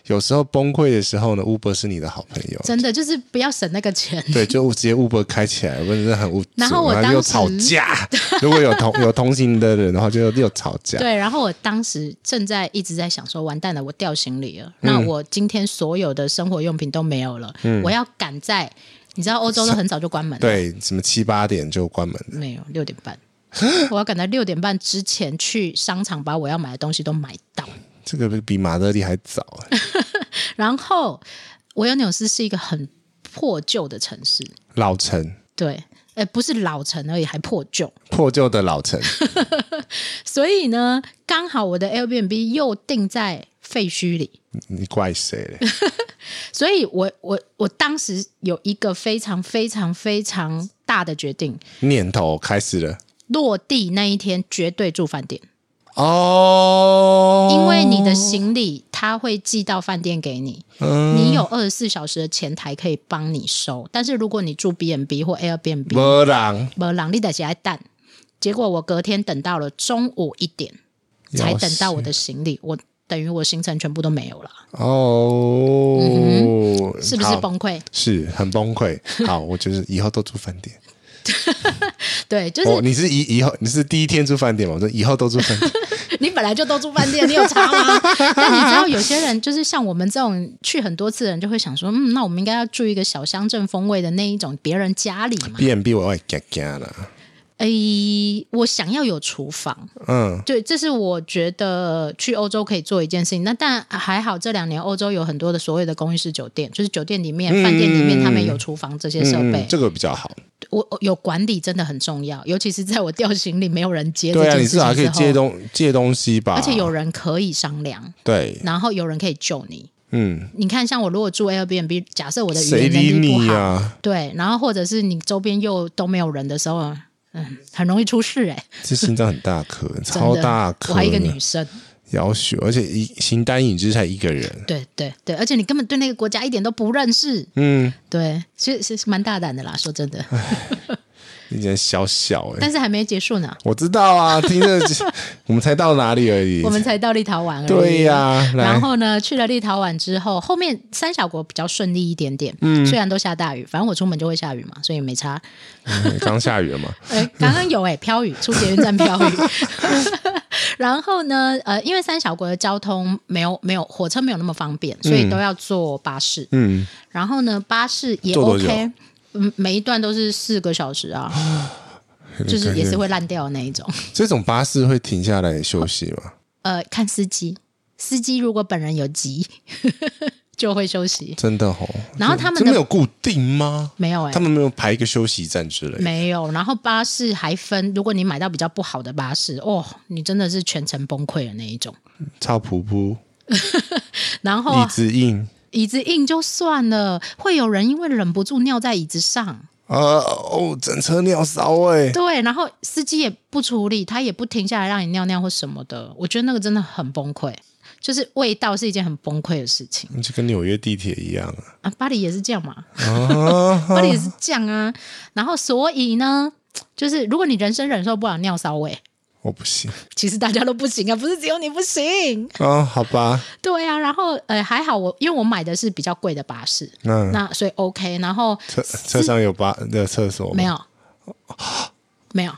有时候崩溃的时候呢，Uber 是你的好朋友。
真的就是不要省那个钱。
对，就直接 Uber 开起来，我真的很无。
然后我
然
当
又
时
吵
<laughs>
架，如果有同有同行的人的话，就又吵架。
对，然后我当时正在一直在想说，完蛋了，我掉行李了，那我今天所有的生活用品都没有了，我要赶在，你知道欧洲都很早就关门了，，
对，什么七八点就关门了，
没有六点半， <gasps> 我要赶在六点半之前去商场把我要买的东西都买到。
这个比马德里还早
<laughs>
啊，
然后维尔纽斯是一个很破旧的城市，
老城
对。呃，不是老城而已，还破旧，
破旧的老 <laughs> 城，
所以呢，刚好我的 Airbnb 又定在废墟里，
你怪谁嘞？
所以我我我当时有一个非常非常非常大的决定，
念头开始了
落地那一天绝对住饭店，
哦，
因为你的行李他会寄到饭店给你，
嗯
你有二十四小时的前台可以帮你收，但是如果你住 B&B 或 Airbnb，
没人
没朗利的起来蛋。结果我隔天等到了中午一点才
要
等到
死
我的行李，我等于我行程全部都没有了，
哦，
嗯是不是
好
崩溃？
是很崩
<laughs>
溃。好，我就是以后都住饭店。
对，就是
哦，你是以以后你是第一天住饭店吗？我说以后都住
<laughs>
饭店。
你本来就都住饭店，你有差
<laughs>
吗？但你知道有些人就是像我们这种去很多次的人，就会想说，嗯，那我们应该要住一个小乡镇风味的那一种别人家里
<laughs>
嘛。
B N B 我会嘎嘎啦，哎
诶，我想要有厨房，
嗯，
对，这是我觉得去欧洲可以做一件事情。那但还好，这两年欧洲有很多的所谓的公寓式酒店，就是酒店里面、饭店里面他们有厨房这些设
嗯
备
嗯，这个比较好。
我我有管理真的很重要，尤其是在我掉行李没有人接这
对啊，
件
你
事
至
情
少还可以
之后
借东借东西吧，
而且有人可以商量，
对，
然后有人可以救你。
嗯，
你看，像我如果住 Airbnb，假设我的语
谁
言能
理
力不
你
好，
啊？
对，然后或者是你周边又都没有人的时候，嗯，很容易出事哎、
这心脏很大颗，
真
超
的
大啊颗，
我还一个女生，
要许，而且一形单影只才一个人，
对对对，而且你根本对那个国家一点都不认识，
嗯，哎
对，其实是蛮大胆的啦，说真的，
一点小小哎、
但是还没结束呢，
我知
<laughs>
道啊，听着我们才到哪里而已
我，们才到立陶宛而已。
对呀、来
然，后呢，去了立陶宛之后，后面三小国比较顺利一点点，嗯，虽然都下大雨，反正我出门就会下雨嘛，所以没差。
嗯 <laughs> 刚下雨了嘛，
哎，刚刚有哎、 <laughs> 飘雨，出捷运站飘
<laughs>
雨。 <laughs> 然后呢，呃，因为三小国的交通没有没有火车没有那么方便，所以都要坐巴士。
嗯，
然后呢，巴士也
坐多久
OK，嗯，每一段都是四个小时啊， <laughs>
哦
<laughs> 就是也是会烂掉的那一种。
<laughs> 这种巴士会停下来休息吗？
呃，看司机，司机如果本人有急， <laughs> 就会休息。
真的吼，
然后他们
这
的
没有固定吗？
没有哎、
他们没有排一个休息站之类的，
没有，然后巴士还分，如果你买到比较不好的巴士，哦，你真的是全程崩溃的那一种。
超普普、
然后
荔枝印，
椅子硬就算了，会有人因为忍不住尿在椅子上，
呃哦，整车尿骚哎、
对，然后司机也不处理，他也不停下来让你尿尿或什么的，我觉得那个真的很崩溃。就是味道是一件很崩溃的事情
就跟纽约地铁一样啊，
啊，巴黎也是这样
<laughs>
嘛，
啊
巴黎也是这样啊。然后所以呢，就是如果你人生忍受不了尿骚味，
我不行
其实大家都不行啊，不是只有你不行。
啊，好吧，
对啊，然后呃还好我因为我买的是比较贵的巴士，
那
那所以 OK。然后
嗯车车上有巴的厕所吗
没？有，没有，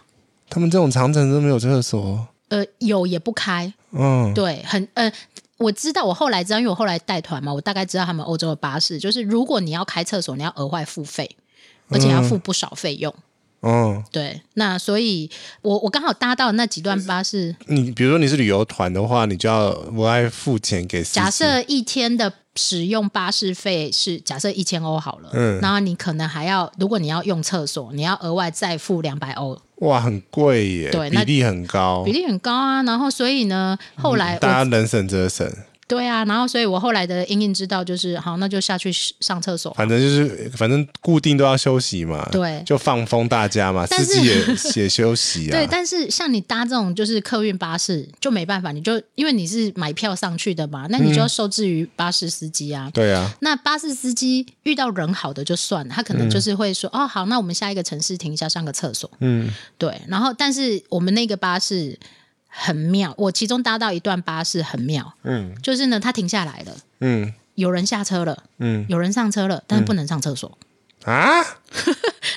他们这种长城都没有厕所，
呃，有也不开，
嗯，
对，很呃，我知道，我后来知道，因为我后来带团嘛，我大概知道他们欧洲的巴士，就是如果你要开厕所，你要额外付费，而且要付不少费用。
嗯嗯，
对，那所以我我刚好搭到那几段巴士，
你比如说你是旅游团的话，你就要额外付钱给司机
假设一天的使用巴士费是假设一千欧好了，
嗯
然后你可能还要，如果你要用厕所，你要额外再付两百欧，
哇，很贵耶，
对
比
那
例很高
比，例很高啊。然后所以呢，后来我、
大家能省则省，
对啊，然后所以我后来的应应之道就是，好，那就下去上厕所。
反正就是反正固定都要休息嘛，
对
就放风大家嘛，
但
司
是
机也 <laughs> 也休息
对，
啊，
但是像你搭这种就是客运巴士就没办法，你就因为你是买票上去的嘛，那你就要受制于巴士司机啊。
嗯对啊，
那巴士司机遇到人好的就算了，他可能就是会说、哦，好，那我们下一个城市停一下上个厕所。
嗯，
对，然后但是我们那个巴士很妙，我其中搭到一段巴士很妙，
嗯
就是呢，他停下来了，
嗯
有人下车了，
嗯
有人上车了，但是不能上厕所。
啊，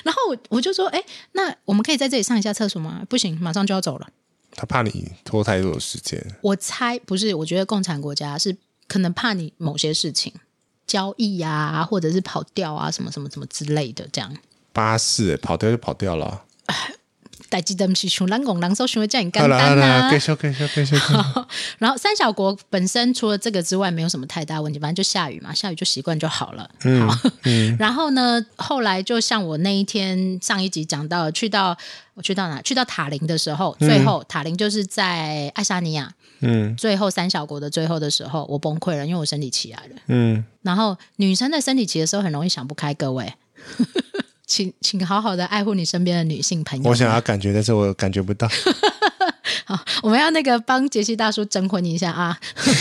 然后我我就说，哎，那我们可以在这里上一下厕所吗？不行，马上就要走了。
他怕你拖太多时间，
我猜不是，我觉得共产国家是可能怕你某些事情，交易啊，或者是跑掉啊，什么什么什么之类的，这样。
巴士耶跑掉就跑掉了，
代志登是像咱讲人所想的这样
好
简
了好
单
了，
啊
可以。休可以休可以休，
<laughs>
可以休
然后三小国本身除了这个之外，没有什么太大问题，反正就下雨嘛，下雨就习惯就好了。
嗯
好， <laughs> 然后呢，后来就像我那一天上一集讲到的，去到我去到哪？去到塔林的时候，最后、塔林就是在爱沙尼亚，
嗯
最后三小国的最后的时候，我崩溃了，因为我生理期来了。
嗯，
然后女生在生理期的时候很容易想不开，各位。 <laughs> 请请好好的爱护你身边的女性朋友。
我想要感觉，但是我感觉不到，
我们要那个帮杰西大叔征婚一下啊！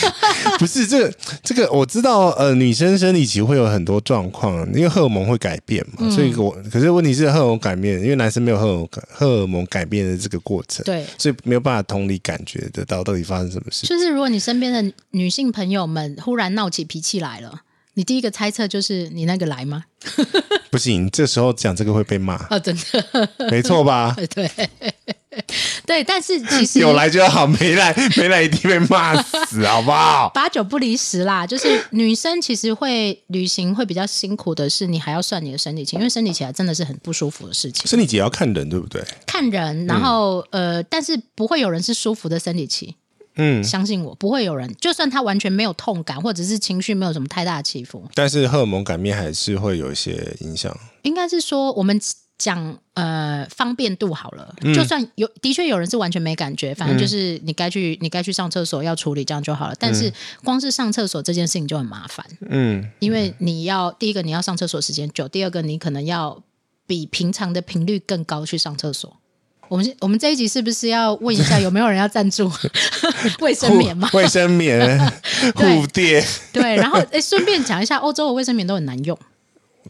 <laughs> 不是这个这个我知道，呃，女生生理期会有很多状况，因为荷尔蒙会改变嘛，
嗯
所以我可是问题是荷尔蒙改变，因为男生没有荷尔蒙改荷尔蒙改变的这个过程，
对，
所以没有办法同理感觉得到到底发生什么事。
就是如果你身边的女性朋友们忽然闹起脾气来了，你第一个猜测就是你那个来
<laughs>
吗？
不行，这时候讲这个会被骂，
啊、真的，
没
<laughs>
错吧？
对对，但是其实
有来就好，没来 <laughs> 没来一定被骂死，好不好？
八九不离十啦，就是女生其实会旅行会比较辛苦的是，你还要算你的生理期，因为生理期来真的是很不舒服的事情。
生理期也要看人，对不对？
看人，然后、呃，但是不会有人是舒服的生理期，
嗯，
相信我，不会有人，就算他完全没有痛感，或者是情绪没有什么太大的起伏，
但是荷尔蒙改变还是会有一些影响。
应该是说我们讲呃方便度好了，就算有的确有人是完全没感觉，反正就是你该去你该去上厕所要处理这样就好了。但是光是上厕所这件事情就很麻烦，
嗯，
因为你要第一个你要上厕所时间久，第二个你可能要比平常的频率更高去上厕所。我们我们这一集是不是要问一下有没有人要赞助卫生棉
<laughs>
嘛？
卫生棉、
<laughs>
<laughs>
对
护垫，
对，然后诶，顺便讲一下，欧洲的卫生棉都很难用，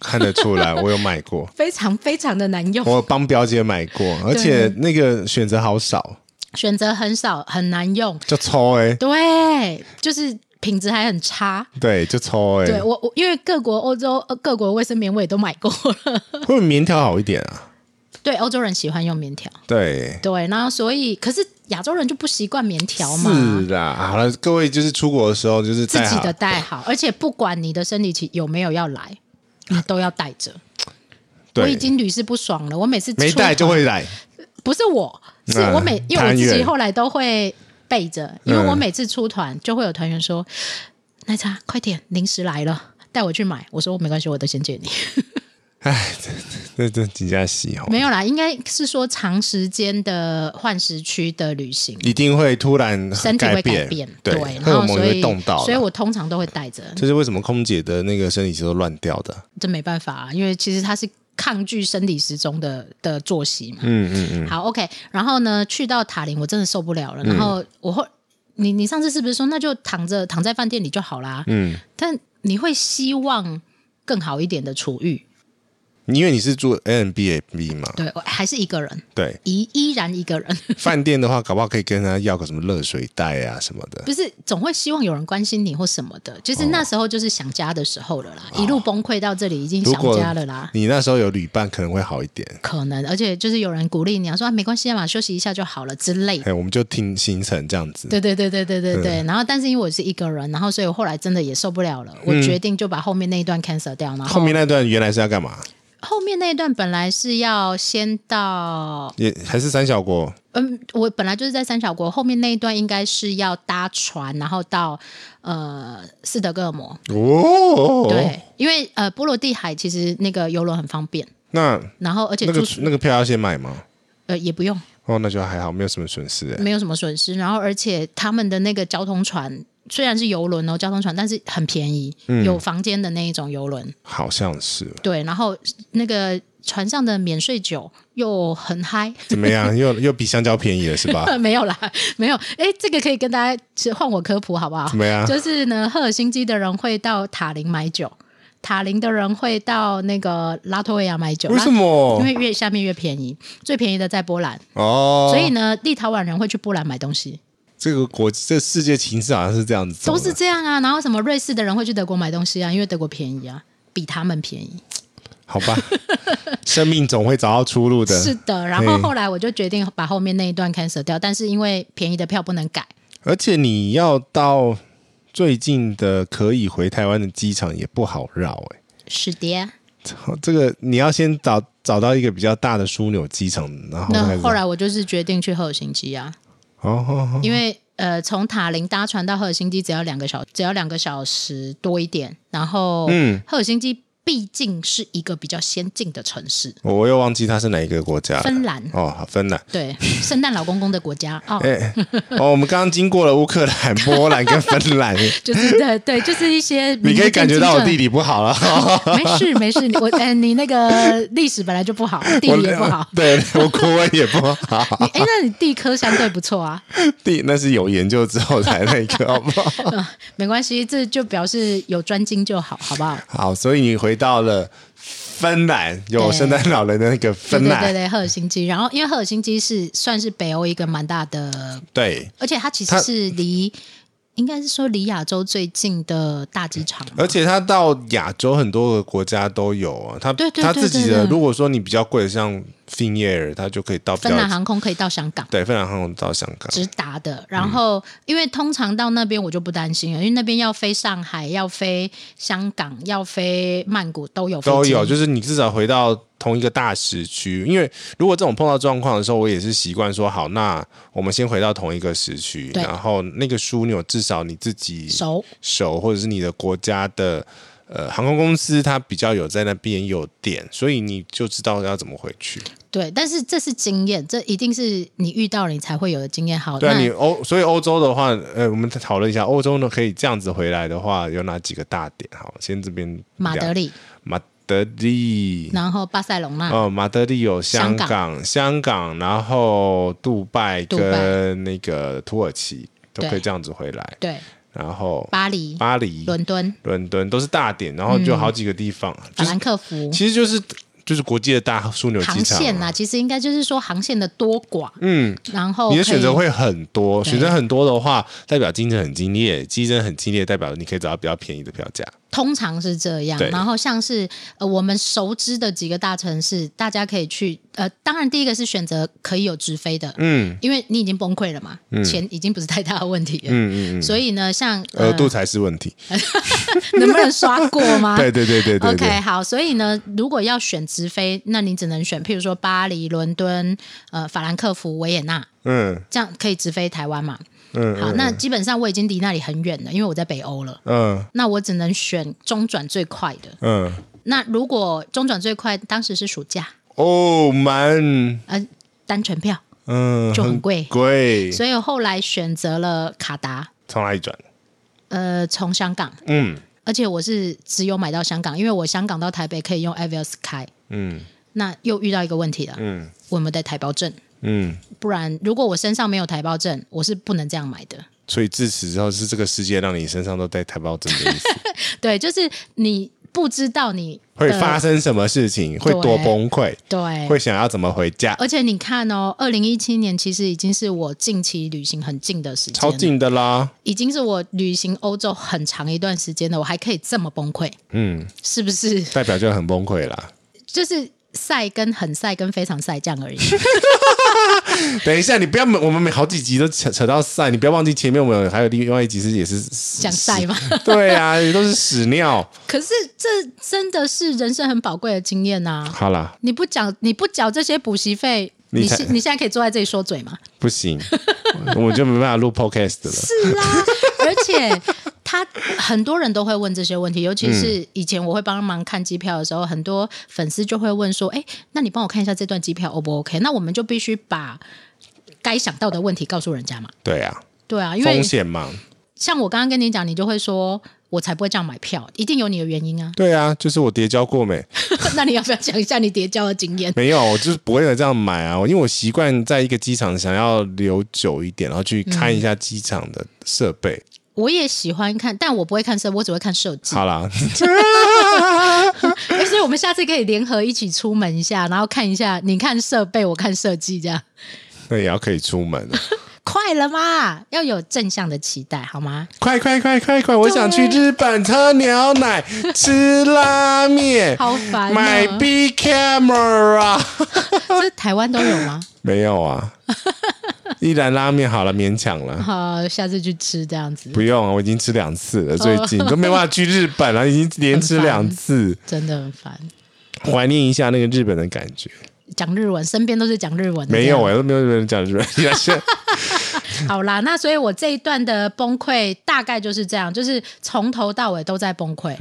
看得出来，我有买过，
非常非常的难用。
<laughs> 我帮表姐买过，而且那个选择好少，
选择很少，很难用。
就抽哎、
对，就是品质还很差。
对，就抽哎、
对
欸，
我，我因为各国欧洲呃各国卫生棉我也都买过了。 <laughs>
会不会棉条好一点啊？
对，欧洲人喜欢用棉条。
对。
对，然后所以可是亚洲人就不习惯棉条嘛
是，啦，好了，各位就是出国的时候就是
自
带
己
好
的带好，而且不管你的生理期有没有要来，你都要带着。我
对
已经屡试不爽了，我每次
没
出
带就
国
会来，
不是我，是
嗯
我每因为我
团
自己
员
后来都会备着，因为我
嗯
每次出团就会有团员说：“奶茶，快点，零食来了，带我去买。”我说：“没关系，我都先借你。
哎，这这几家洗哦”，
没有啦，应该是说长时间的换时区的旅行。
一定会突然
身体会改
变，
变，
对，荷
然后
尔蒙
所
也会
以
动到
所以
了。
我通常都会带着，
这是为什么空姐的那个生理期都乱掉的？
这没办法、啊，因为其实它是抗拒生理时钟的的作息嘛。
嗯嗯嗯，
好，OK。然后呢，去到塔林，我真的受不了了。然后我后，你你上次是不是说那就躺着躺在饭店里就好啦？嗯，但你会希望更好一点的处遇，
因为你是住 a n b a b 嘛，
对，我还是一个人，
对，
依依然一个人，
饭店的话，搞不好可以跟他要个什么热水袋啊什么的。
不是总会希望有人关心你或什么的。其实
哦
那时候就是想家的时候了啦，一路崩溃到这里已经
如
想
果
家了啦。
你那时候有旅伴，可能会好一点。
可能，而且就是有人鼓励你啊，说啊没关系啊嘛，休息一下就好了之类的。
哎，我们就听行程这样子。
对对对对对对
嗯
对。然后，但是因为我是一个人，然后所以
嗯
我后来真的也受不了了，我决定就把后面那一段 cancel 掉。然后
后面那段原来是要干嘛？
后面那一段本来是要先到，
也还是三小国，
嗯，我本来就是在三小国，后面那一段应该是要搭船，然后到呃斯德哥尔摩。
哦，
对，，因为呃波罗的海其实那个游轮很方便，
那
然后而且
那
住
个
宿
那个票要先买吗？
呃也不用，
哦，那就还好，没有什么损失哎。
没有什么损失。然后而且他们的那个交通船虽然是游轮哦，交通船，但是很便宜，
嗯
有房间的那一种游轮。
好像是
对，然后那个船上的免税酒又很嗨。
怎么样？又又比香蕉便宜了是吧？
<laughs> 没有啦，没有。哎，这个可以跟大家换我科普好不好
怎？么啊样？
就是呢，赫尔辛基的人会到塔林买酒，塔林的人会到那个拉脱维亚买酒。
为什
拉？
么
因？为越下面越便宜，最便宜的在波兰，
哦，
所以呢，立陶宛人会去波兰买东西，
这个国这世界情势好像是这样子走
都
的，
是这样啊。然后什么瑞士的人会去德国买东西啊，因为德国便宜啊，比他们便宜。
好吧？ <laughs> 生命总会找到出路的。
是的，然后后来我就决定把后面那一段 cancel 掉，但是因为便宜的票不能改，
而且你要到最近的可以回台湾的机场也不好绕哎、
是的。
好这个你要先找找到一个比较大的枢纽机场，然后开
那
始
后来我就是决定去赫尔辛基啊，
哦哦哦
因为呃，从塔林搭船到赫尔辛基只要两个小，只要两个小时多一点。然后，
嗯
赫尔辛基毕竟是一个比较先进的城市，
我我又忘记它是哪一个国家了，
芬兰
哦，好芬兰。
对，圣诞老公公的国
<laughs>
家哦。
哎、哦，我们刚刚经过了乌克兰、波兰跟芬
<laughs>
兰，
就是对对，就是一些
你可以感觉到我地
理
理不好了。 <laughs>
没事没事，你我哎、你那个历史本来就不好，地
我。
理也不好
<laughs> 对我国文也不好 <laughs>
你，哎、那你地科相对不错啊，
地那是有研究之后才那
<laughs>
个，好不好？
没关系，这就表示有专精就好，好不好？
好，所以你回到了芬兰，有
对
圣诞老人的那个
对
芬
对
兰，
对对，赫尔辛基。然后，因为赫尔辛基是算是北欧一个蛮大的
对
而且它其实
它
是离，应该是说离亚洲最近的大机场嘛。
而且它到亚洲很多个国家都有啊，它
对对
它
对
自己
对
的，
对
如果说你比较贵的，像 Finnair，它就可以到比较
芬兰航空可以到香港
对芬兰航空到香港，
直达
嗯
的，然后、因为通常到那边我就不担心了，因为那边要飞上海，要飞香港，要飞曼谷都有飞
都
机
有，就是你至少回到同一个大时区，因为如果这种碰到状况的时候，我也是习惯说好，那我们先回到同一个时区，
对
然后那个枢纽至少你自己
熟。
手，或者是你的国家的呃航空公司，它比较有在那边有点，所以你就知道要怎么回去。
对，但是这是经验，这一定是你遇到了你才会有的经验。好，
对啊，
那
你欧所以欧洲的话，呃，我们讨论一下欧洲呢可以这样子回来的话，有哪几个大点？好，先这边
马德
聊
里，
马德里。
然后巴塞隆纳，
哦，马德里有香
香
港、香港，然后杜拜
杜拜
跟那个土耳其都可
对
以这样子回来，
对，
然后
巴黎、
巴黎、
伦敦、嗯
伦敦都是大点，然后就好几个地方，
法
就是
兰克福。
其实就是就是国际的大枢纽机
航
场
线
啊、
啊，其实应该就是说航线的多寡，
嗯，
然后
你的
可以
选择会很多，
对
选择很多的话，代表竞争很激烈，竞争很激烈代表你可以找到比较便宜的票价。
通常是这样
对。
然后像是呃我们熟知的几个大城市，大家可以去呃，当然第一个是选择可以有直飞的，
嗯
因为你已经崩溃了嘛，钱已经不是太大的问题了。
嗯嗯嗯，
所以呢，像
额
呃，
度才是问题。
能不能刷过吗？
<laughs> 对对对对对
啊 OK，
对，
好，所以呢，如果要选直飞，那你只能选，譬如说巴黎、伦敦、呃法兰克福、维也纳，
嗯
这样可以直飞台湾嘛？
嗯
好，那基本上我已经离那里很远了，因为我在北欧了，
嗯
那我只能选中转最快的。
嗯
那如果中转最快，当时是暑假，
哦，蛮
呃，单程票
嗯
就很贵，
贵，
所以后来选择了卡达，
从哪里转？
呃，从香港，
嗯
而且我是只有买到香港，因为我香港到台北可以用 Avios 开，
嗯
那又遇到一个问题了，
嗯
我有没有带台胞证？
嗯，
不然如果我身上没有台胞证，我是不能这样买的。
所以自此之后是这个世界让你身上都带台胞证的
<laughs>
意思，
对，就是你不知道你
会
的
发生什么事情，会多崩溃，
对
会想要怎么回家，
而且你看哦，二零一七年其实已经是我近期旅行很近的时间，
超，近的啦，
已经是我旅行欧洲很长一段时间了，我还可以这么崩溃，
嗯，
是不是？
代表就很崩溃啦。
就是晒跟很晒跟非常晒这样而已。
等一下，你不要每我们每好几集都扯扯到赛，你不要忘记前面我们有还有另外一集是也是
讲晒吗？
<laughs> 对啊，也都是屎尿。
<laughs> 可是这真的是人生很宝贵的经验呐、
好啦，
你不缴你不缴这些补习费，
你
你
才
现你现在可以坐在这里说嘴吗？
不行，我就没办法录 podcast
<laughs>
了。
是啊啦， <laughs> 而且他很多人都会问这些问题，尤其是以前我会帮忙看机票的时候，很多粉丝就会问说：“哎，那你帮我看一下这段机票 O 不 OK？” 那我们就必须把该想到的问题告诉人家嘛。
对啊，
对啊，因为
风险嘛，
像我刚刚跟你讲，你就会说。我才不会这样买票，一定有你的原
<laughs>
因啊！ <laughs>
对啊，就是我叠交过没？
那你要不要讲一下你叠交的经验？
没有，我就是不会这样买啊，因为我习惯在一个机场想要留久一点，然后去看一下机场的设备。
我也喜欢看，但我不会看设，我只会看设
<laughs>
计。
好啦，
哎所以我们下次可以联合一起出门一下，然后看一下，你看设备，我看设计，这样
那也要可以出门了。
快了嘛？要有正向的期待，好
<laughs>
吗？
快快快快快！我想去日本喝牛
<laughs>
奶、吃拉面、
好烦、哦，
买 B
<laughs>
camera。
这台湾都有吗？
没有啊，一兰拉面好了，勉强
<laughs>
了。
好，下次去吃这样子，
不用啊，我已经吃两次了，最近
哦
都没办法去日本了，已经连吃两次，
真的很烦。
怀念一下那个日本的感觉。
讲日文，身边都是讲日文的，
没有哎、都没有人讲日本， <laughs> 也是
这样。好啦，那所以我这一段的崩溃大概就是这样，就是从头到尾都在崩溃。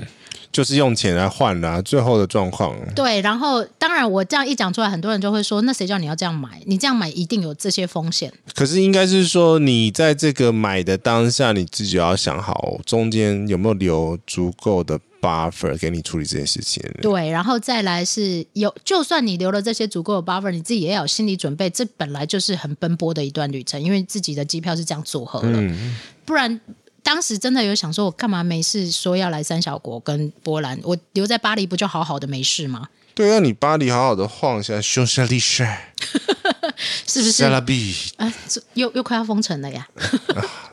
就是用钱来换啦、最后的状况，
对，然后当然我这样一讲出来，很多人就会说，那谁叫你要这样买？你这样买一定有这些风险。
可是应该是说，你在这个买的当下，你自己要想好，中间有没有留足够的 buffer 给你处理这件事情。
对，然后再来是有，就算你留了这些足够的 buffer，你自己也要有心理准备，这本来就是很奔波的一段旅程，因为自己的机票是这样组合的，不然。当时真的有想说，我干嘛没事说要来三小国跟波兰，我留在巴黎不就好好的没事吗？
对，让你巴黎好好的晃一下，匈牙利晒，
是不是
塞？拉比，
啊，这又又快要封城了呀，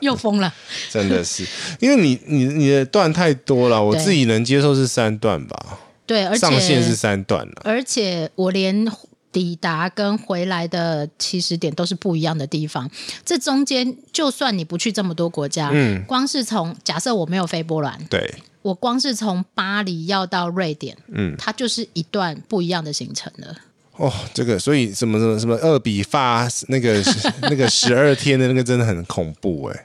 又封了。
真的是， <laughs> 因为你你你的段太多了，我
对
自己能接受是三段吧，
对，而且
上限是三段啊了。
而且我连抵达跟回来的起始点都是不一样的地方。这中间，就算你不去这么多国家，嗯，光是从假设我没有飞波兰，
对，
我光是从巴黎要到瑞典，嗯，它就是一段不一样的行程了。
哦，这个所以什么什么什么二比发那个 <laughs> 那个十二天的那个真的很恐怖哎、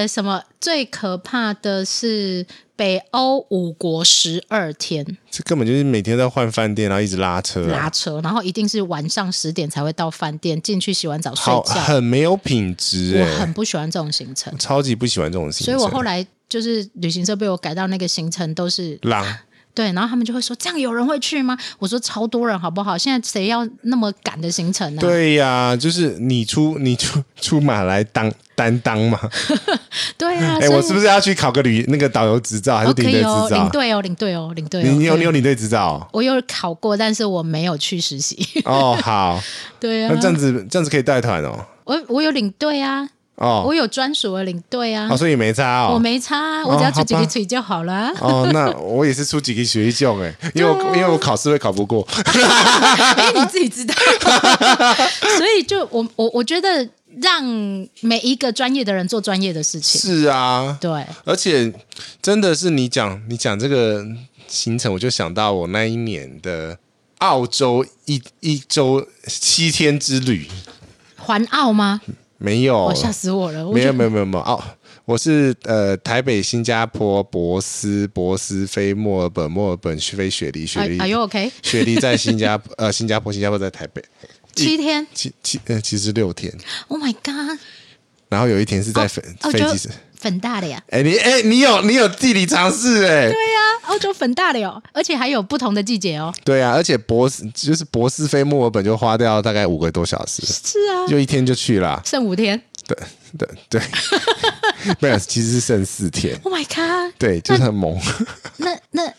呃，什么最可怕的是北欧五国十二天
这根本就是每天在换饭店，然后一直拉车、啊
拉，车，然后一定是晚上十点才会到饭店，进去洗完澡睡
好
觉。
很没有品质
我
哎、
很不喜欢这种行程。
超级不喜欢这种行
所
程。
以我后来就是旅行社被我改到那个行程都是
狼
对，然后他们就会说这样有人会去吗？我说超多人好不好？现在谁要那么赶的行程呢、
对呀、就是你出你出出马来当担当嘛？
对啊，
哎、
所以
我是不是要去考个旅那个导游执照还是
哦
领
可
队
以
执
哦，领
照？
队哦，领队哦，领队哦，
你你有
对
你有领队执照
<laughs>
哦？
我有考过，但是我没有去实习。 <laughs>
哦，好，
对啊
那，这样子这样子可以带团哦。
我我有领队啊，
哦，
我有专属的领队啊
哦，，所以没差哦。
我没差啊，
哦
我只要出几
好
个
吧
腿就好了。啊
哦，那我也是出几个学一种哎，因为我、因为我考试会考不过，
啊 <laughs> 哎、你自己知道。 <laughs> 所以就我我我觉得让每一个专业的人做专业的事情，
<laughs> 是啊，
对。
而且真的是你讲你讲这个行程，我就想到我那一年的澳洲一一周七天之旅，
环澳吗？
没有，
哦，吓死我了！我
没有
觉得
没有没有没有哦，我是呃台北、新加坡、博斯、博斯飞墨尔本、墨尔本飞雪梨、雪梨、
哎哎呦，OK，
雪梨在新加 <laughs> 坡呃新加坡新加坡在台北
<laughs> 七天
七七呃其实六天，
，Oh my God，
然后有一天是在飞、
澳
飞
洲
机上。
粉大的呀，
哎、你哎、你有你有地理常识哎、
对呀、澳洲粉大的哟，而且还有不同的季节哦。
对啊，而且博斯就是博斯飞墨尔本就花掉大概五个多小时，
是啊，
就一天就去啦。
剩五天
对对
<laughs>
对，没有，其实是剩四天，
，Oh my God，
对，就是
<laughs>
很猛。
那那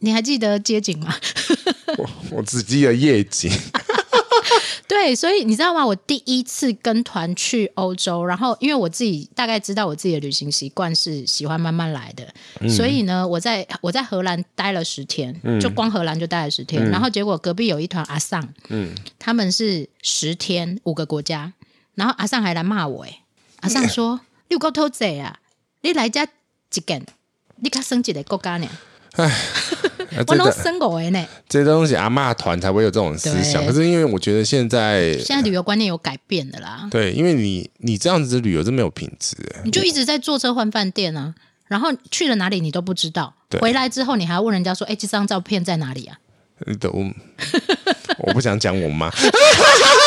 你还记得街景吗？
我我只记得夜景，啊
对，所以你知道吗？我第一次跟团去欧洲，然后因为我自己大概知道我自己的旅行习惯是喜欢慢慢来的，所以呢，我在我在荷兰待了十天，就光荷兰就待了十天，然后结果隔壁有一团阿桑，他们是十天五个国家。然后阿尚还来骂我、欸，哎，阿尚说：“你有够偷贼啊！你来家一间，你卡生一个国家呢？
啊
我
这
拢
个
生五个呢。
这东西阿嬷团才会有这种思想，
对
可是因为我觉得现
<laughs>
在”
现在旅游观念有改变的啦，
对，因为你你这样子的旅游真没有品质，
你就一直在坐车换饭店啊，然后去了哪里你都不知道，
对
回来之后你还要问人家说：“哎、这张照片在哪里
<laughs>
啊？”
呃对
<laughs>
我我不想讲我妈，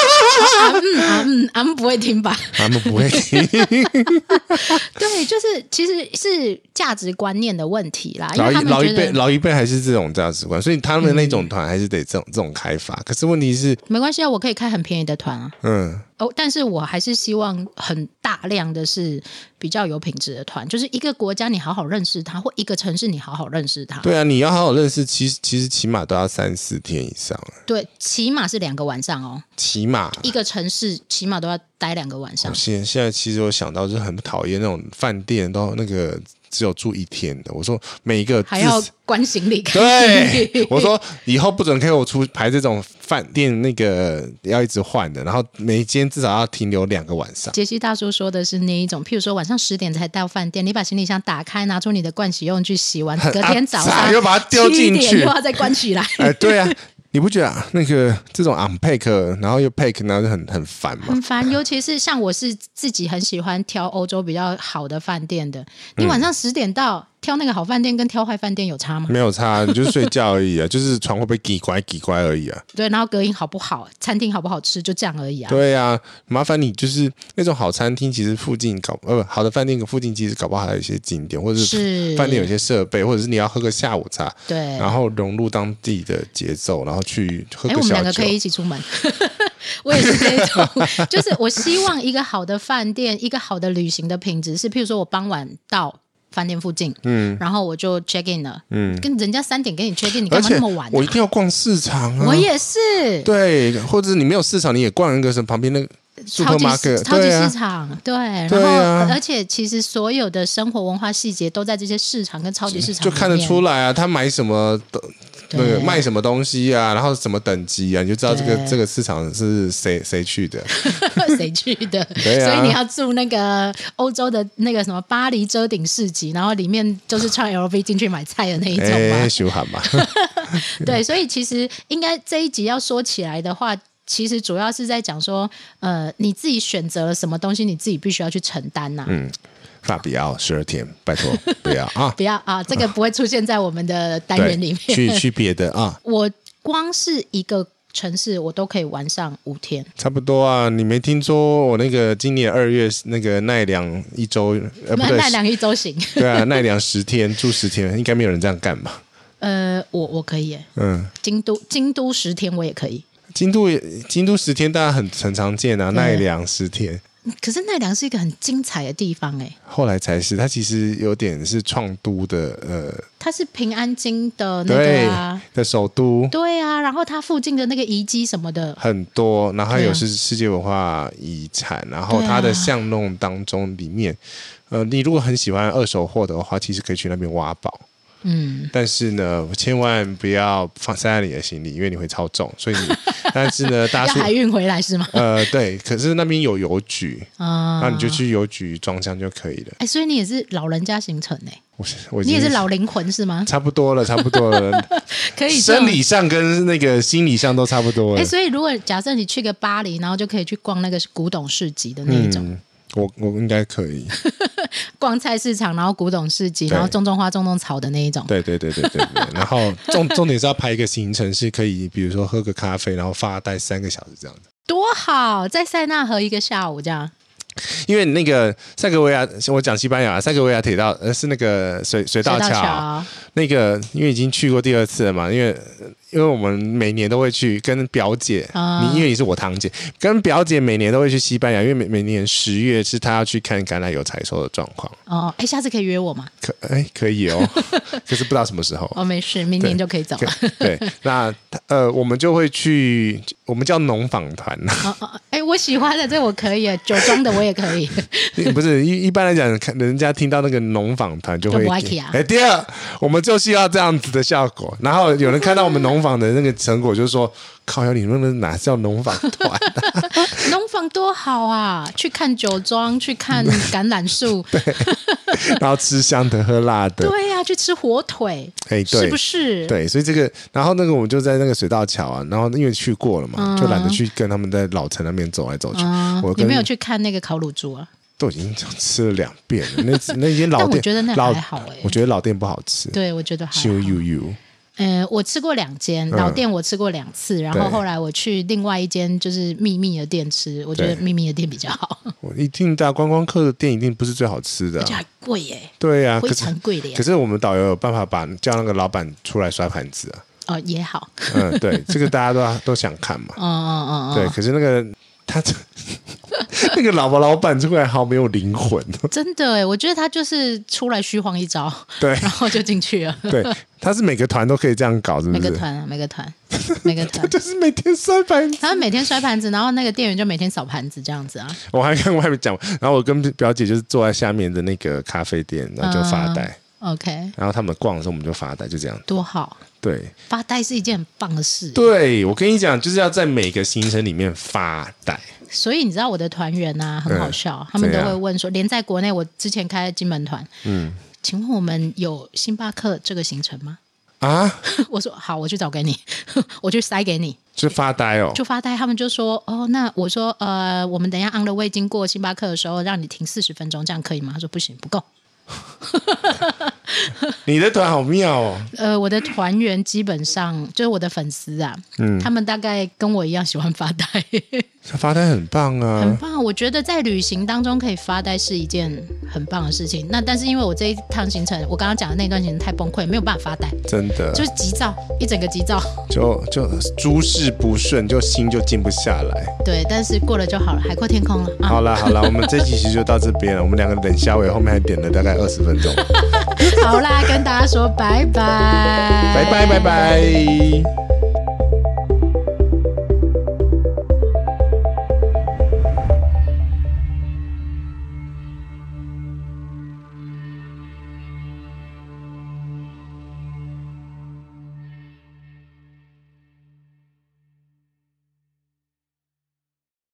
啊嗯，俺们不会听
<laughs>
吧？
他们不会
哎
听，
对，就是其实是价值观念的问题啦，因
老
为
一
他们
老
觉
一辈
得嗯
老一辈还是这种价值观，所以他们那种团还是得这种、这种开发。可是问题是，
没关系啊，我可以开很便宜的团啊。
嗯，
哦，但是我还是希望很大量的是比较有品质的团，就是一个国家你好好认识它，或一个城市你好好认识它。
<laughs> 对啊，你要好好认识，其实其实起码都要三四天以上，啊
对，起码是两个晚上哦，
起码。
一个城市起码都要待两个晚上
我。现现在其实我想到就是很讨厌那种饭店都那个只有住一天的，我说每一个
还
至
要关行李，开行
<laughs> 对
李，
我
<laughs>
说以后不准给我出排这种饭店，那个要一直换的，然后每间至少要停留两个晚上。
杰西大叔说的是那一种，譬如说晚上十点才到饭店，你把行李箱打开，拿出你的盥洗用具洗
<laughs>
完，隔天早
啊
上
又把它丢进去
7点又要再关起
<laughs>
来。
哎，对啊，你不觉得、啊、那个这种 unpack，然后又 pack，然后就很很烦吗？
很烦，尤其是像我是自己很喜欢挑欧洲比较好的饭店的。
嗯
你晚上十点到、挑那个好饭店，跟挑坏饭店有差吗？
没有差，你就是睡觉而已
<laughs>
啊，就是床会不会挤乖挤乖而已啊。
对，然后隔音好不好，餐厅好不好吃，就这样而已啊。
对啊，麻烦你就是那种好餐厅，其实附近搞呃不好的饭店附近其实搞不好还有一些景点，或者是
是
饭店有些设备，或者是你要喝个下午茶，
对。
然后融入当地的节奏，然后去喝
哎、
个
我们
小
两个
酒
可。以一起出门。 <laughs> 我也是这一种， <laughs> 就是我希望一个好的饭店，一个好的旅行的品质是，譬如说我傍晚到饭店附近，嗯，然后我就 check in 了，嗯，跟人家三点给你 check in，你干
而
嘛
且
那么晚、啊？
我一定要逛市场啊！
我也是，
对，或者你没有市场，你也逛一个什么旁边那个
超级
supermarket，
市超级
对啊
市场，对，然
对
后、
啊
而且其实所有的生活文化细节都在这些市场跟超级市场
就看得
里面
出来啊，他买什么的，那个
对
卖什么东西啊，然后什么等级啊，你就知道这个
对
这个市场是谁谁去的。
<laughs> 谁去的，
对啊
所以你要住那个欧洲的那个什么巴黎遮顶市集，然后里面就是穿 LV 进去买菜的那一种嘛。
哎，修 <laughs> 喊嘛，
对，所以其实应该这一集要说起来的话。其实主要是在讲说，呃，你自己选择了什么东西，你自己必须要去承担呐、
嗯法比奥十二天，拜托不要啊
<laughs> 不，要啊，这个不会出现在我们的单
对
元里，面。
去去别的啊，
我光是一个城市，我都可以玩上五天。
差不多啊。你没听说我那个今年二月那个奈良一周，呃，不
那
对，
那两一周行，
对啊，奈良十天住十天，应该没有人这样干吧？
呃，我我可以耶，
嗯，
京都京都十天我也可以。
京都也京都十天大家很很常见啊，奈良十天。
可是奈良是一个很精彩的地方哎，
后来才是，它其实有点是创都的，呃，
它是平安京的那
对
个啊，
的首都
对啊，然后它附近的那个遗迹什么的，
很多，然后还有
对啊
是世界文化遗产，然后
对啊
它的巷弄当中里面，呃，你如果很喜欢二手货的话，其实可以去那边挖宝。
嗯，
但是呢，千万不要放塞在你的行李，因为你会超重。所以你，但是呢，大
要
家
海
说，
运回来是吗？
呃，对，可是那边有邮局，
啊、
那你就去邮局装箱就可以了。
哎，所以你也是老人家行程哎，
我我已
你
经
也是老灵魂是吗？
差不多了，差不多了，
可以这样
生理上跟那个心理上都差不多
哎，
了。
所以如果假设你去个巴黎，然后就可以去逛那个古董市集的那一种。
嗯，我我应该可以。
逛菜市场，然后古董市集，
对
然后种种花、种种草的那一种。
对对对对对对。然后重重点是要排一个行程，是可以比如说喝个咖啡，然后发呆三个小时这样子。
多好，在塞纳河一个下午这样。
因为那个塞格维亚，我讲西班牙，塞格维亚铁道呃是那个水水道
隧
桥，
桥，
那个因为已经去过第二次了嘛，因为因为我们每年都会去跟表姐，
啊
你因为你是我堂姐，跟表姐每年都会去西班牙，因为每每年十月是她要去看橄榄油采收的状况，
哦，哎，下次可以约我吗？
可哎可以哦， <laughs> 可是不知道什么时候。
哦，没事，明年就可以走了。
可对，那呃，我们就会去，我们叫农访团， <laughs>
哦哦，哎，我喜欢的，这我可以，酒庄的我也可
<laughs>
以。
不是一一般来讲，看人家听到那个农访团就会
就不爱
给
去啊
哎，第二，我们就是要这样子的效果。然后有人看到我们农坊的那个成果，就是说，靠，你们那哪叫农坊
<laughs>
团、
农房多好啊！去看酒庄，去看橄榄
<laughs>
树，
然后吃香的喝辣的，
对呀、去吃火腿，
哎，对，
是不是？
对，所以这个，然后那个我们就在那个水道桥啊，然后因为去过了嘛，就懒得去跟他们在老城那边走来走去。
啊
我，
你
跟
没有去看那个烤乳猪啊？
都已经吃了两遍了，那那间老
但我
店，
觉得那
老
还好哎、
我觉得老店不好吃，
对，我觉得还好。
羞悠悠，
呃，我吃过两间老店，我吃过两次，然后
嗯对
后来我去另外一间就是秘密的店吃，我觉得
对嗯
秘密的店比较好，
我一定大观光客的店一定不是最好吃的
而
啊、
且还贵耶、
对呀、
非
啊可是
常贵的耶
可。是我们导游有办法把叫那个老板出来摔盘子啊，
哦，也好，
嗯，对，这个大家都要都想
<laughs>
看嘛，
嗯嗯嗯
对，
嗯，
可是那个他那个老婆老板出来好没有灵魂哦，
真的耶，我觉得他就是出来虚晃一招，
<laughs> 对
然后就进去了。
对，他是每个团都可以这样搞，是不
每
是？
个团啊，每个团， <laughs> 每个团，
<laughs> 就是每天摔盘子。
他们每天摔盘子，然后那个店员就每天扫盘子这样子啊。
我还跟外面讲，然后我跟表姐就是坐在下面的那个咖啡店，然后就发呆。
嗯 OK，
然后他们逛的时候，我们就发呆，就这样。
多好，
对，
发呆是一件很棒的事。欸
对我跟你讲，就是要在每个行程里面发呆。
所以你知道我的团员啊，很好笑，他们都
怎样
会问说，连在国内，我之前开金门团，嗯，请问我们有星巴克这个行程吗？ <laughs>
啊，
我说好，我去找给你， <laughs> 我去塞给你，
就发呆哦，
就发呆。他们就说哦，那我说呃，我们等一下 on the way 经过星巴克的时候，让你停四十分钟，这样可以吗？他说不行，不够。
你的团好妙哦，
呃，我的团员基本上就是我的粉丝啊，他们大概跟我一样喜欢发呆，
发呆很棒
很
啊。
棒。我觉得在旅行当中可以发呆是一件很棒的事情。那但是因为我这一趟行程，我刚刚讲的那段行程太崩溃，没有办法发呆，
真的，
就是急躁，一整个急躁。
就就诸事不顺，就心就静不下来。
对，但是过了就好了，海阔天空了啊。
好啦好啦，我们这期其实就到这边了。我们两个冷笑尾后面还点了大概二十分钟，
<laughs> 好啦，跟大家说拜拜，
拜拜拜拜。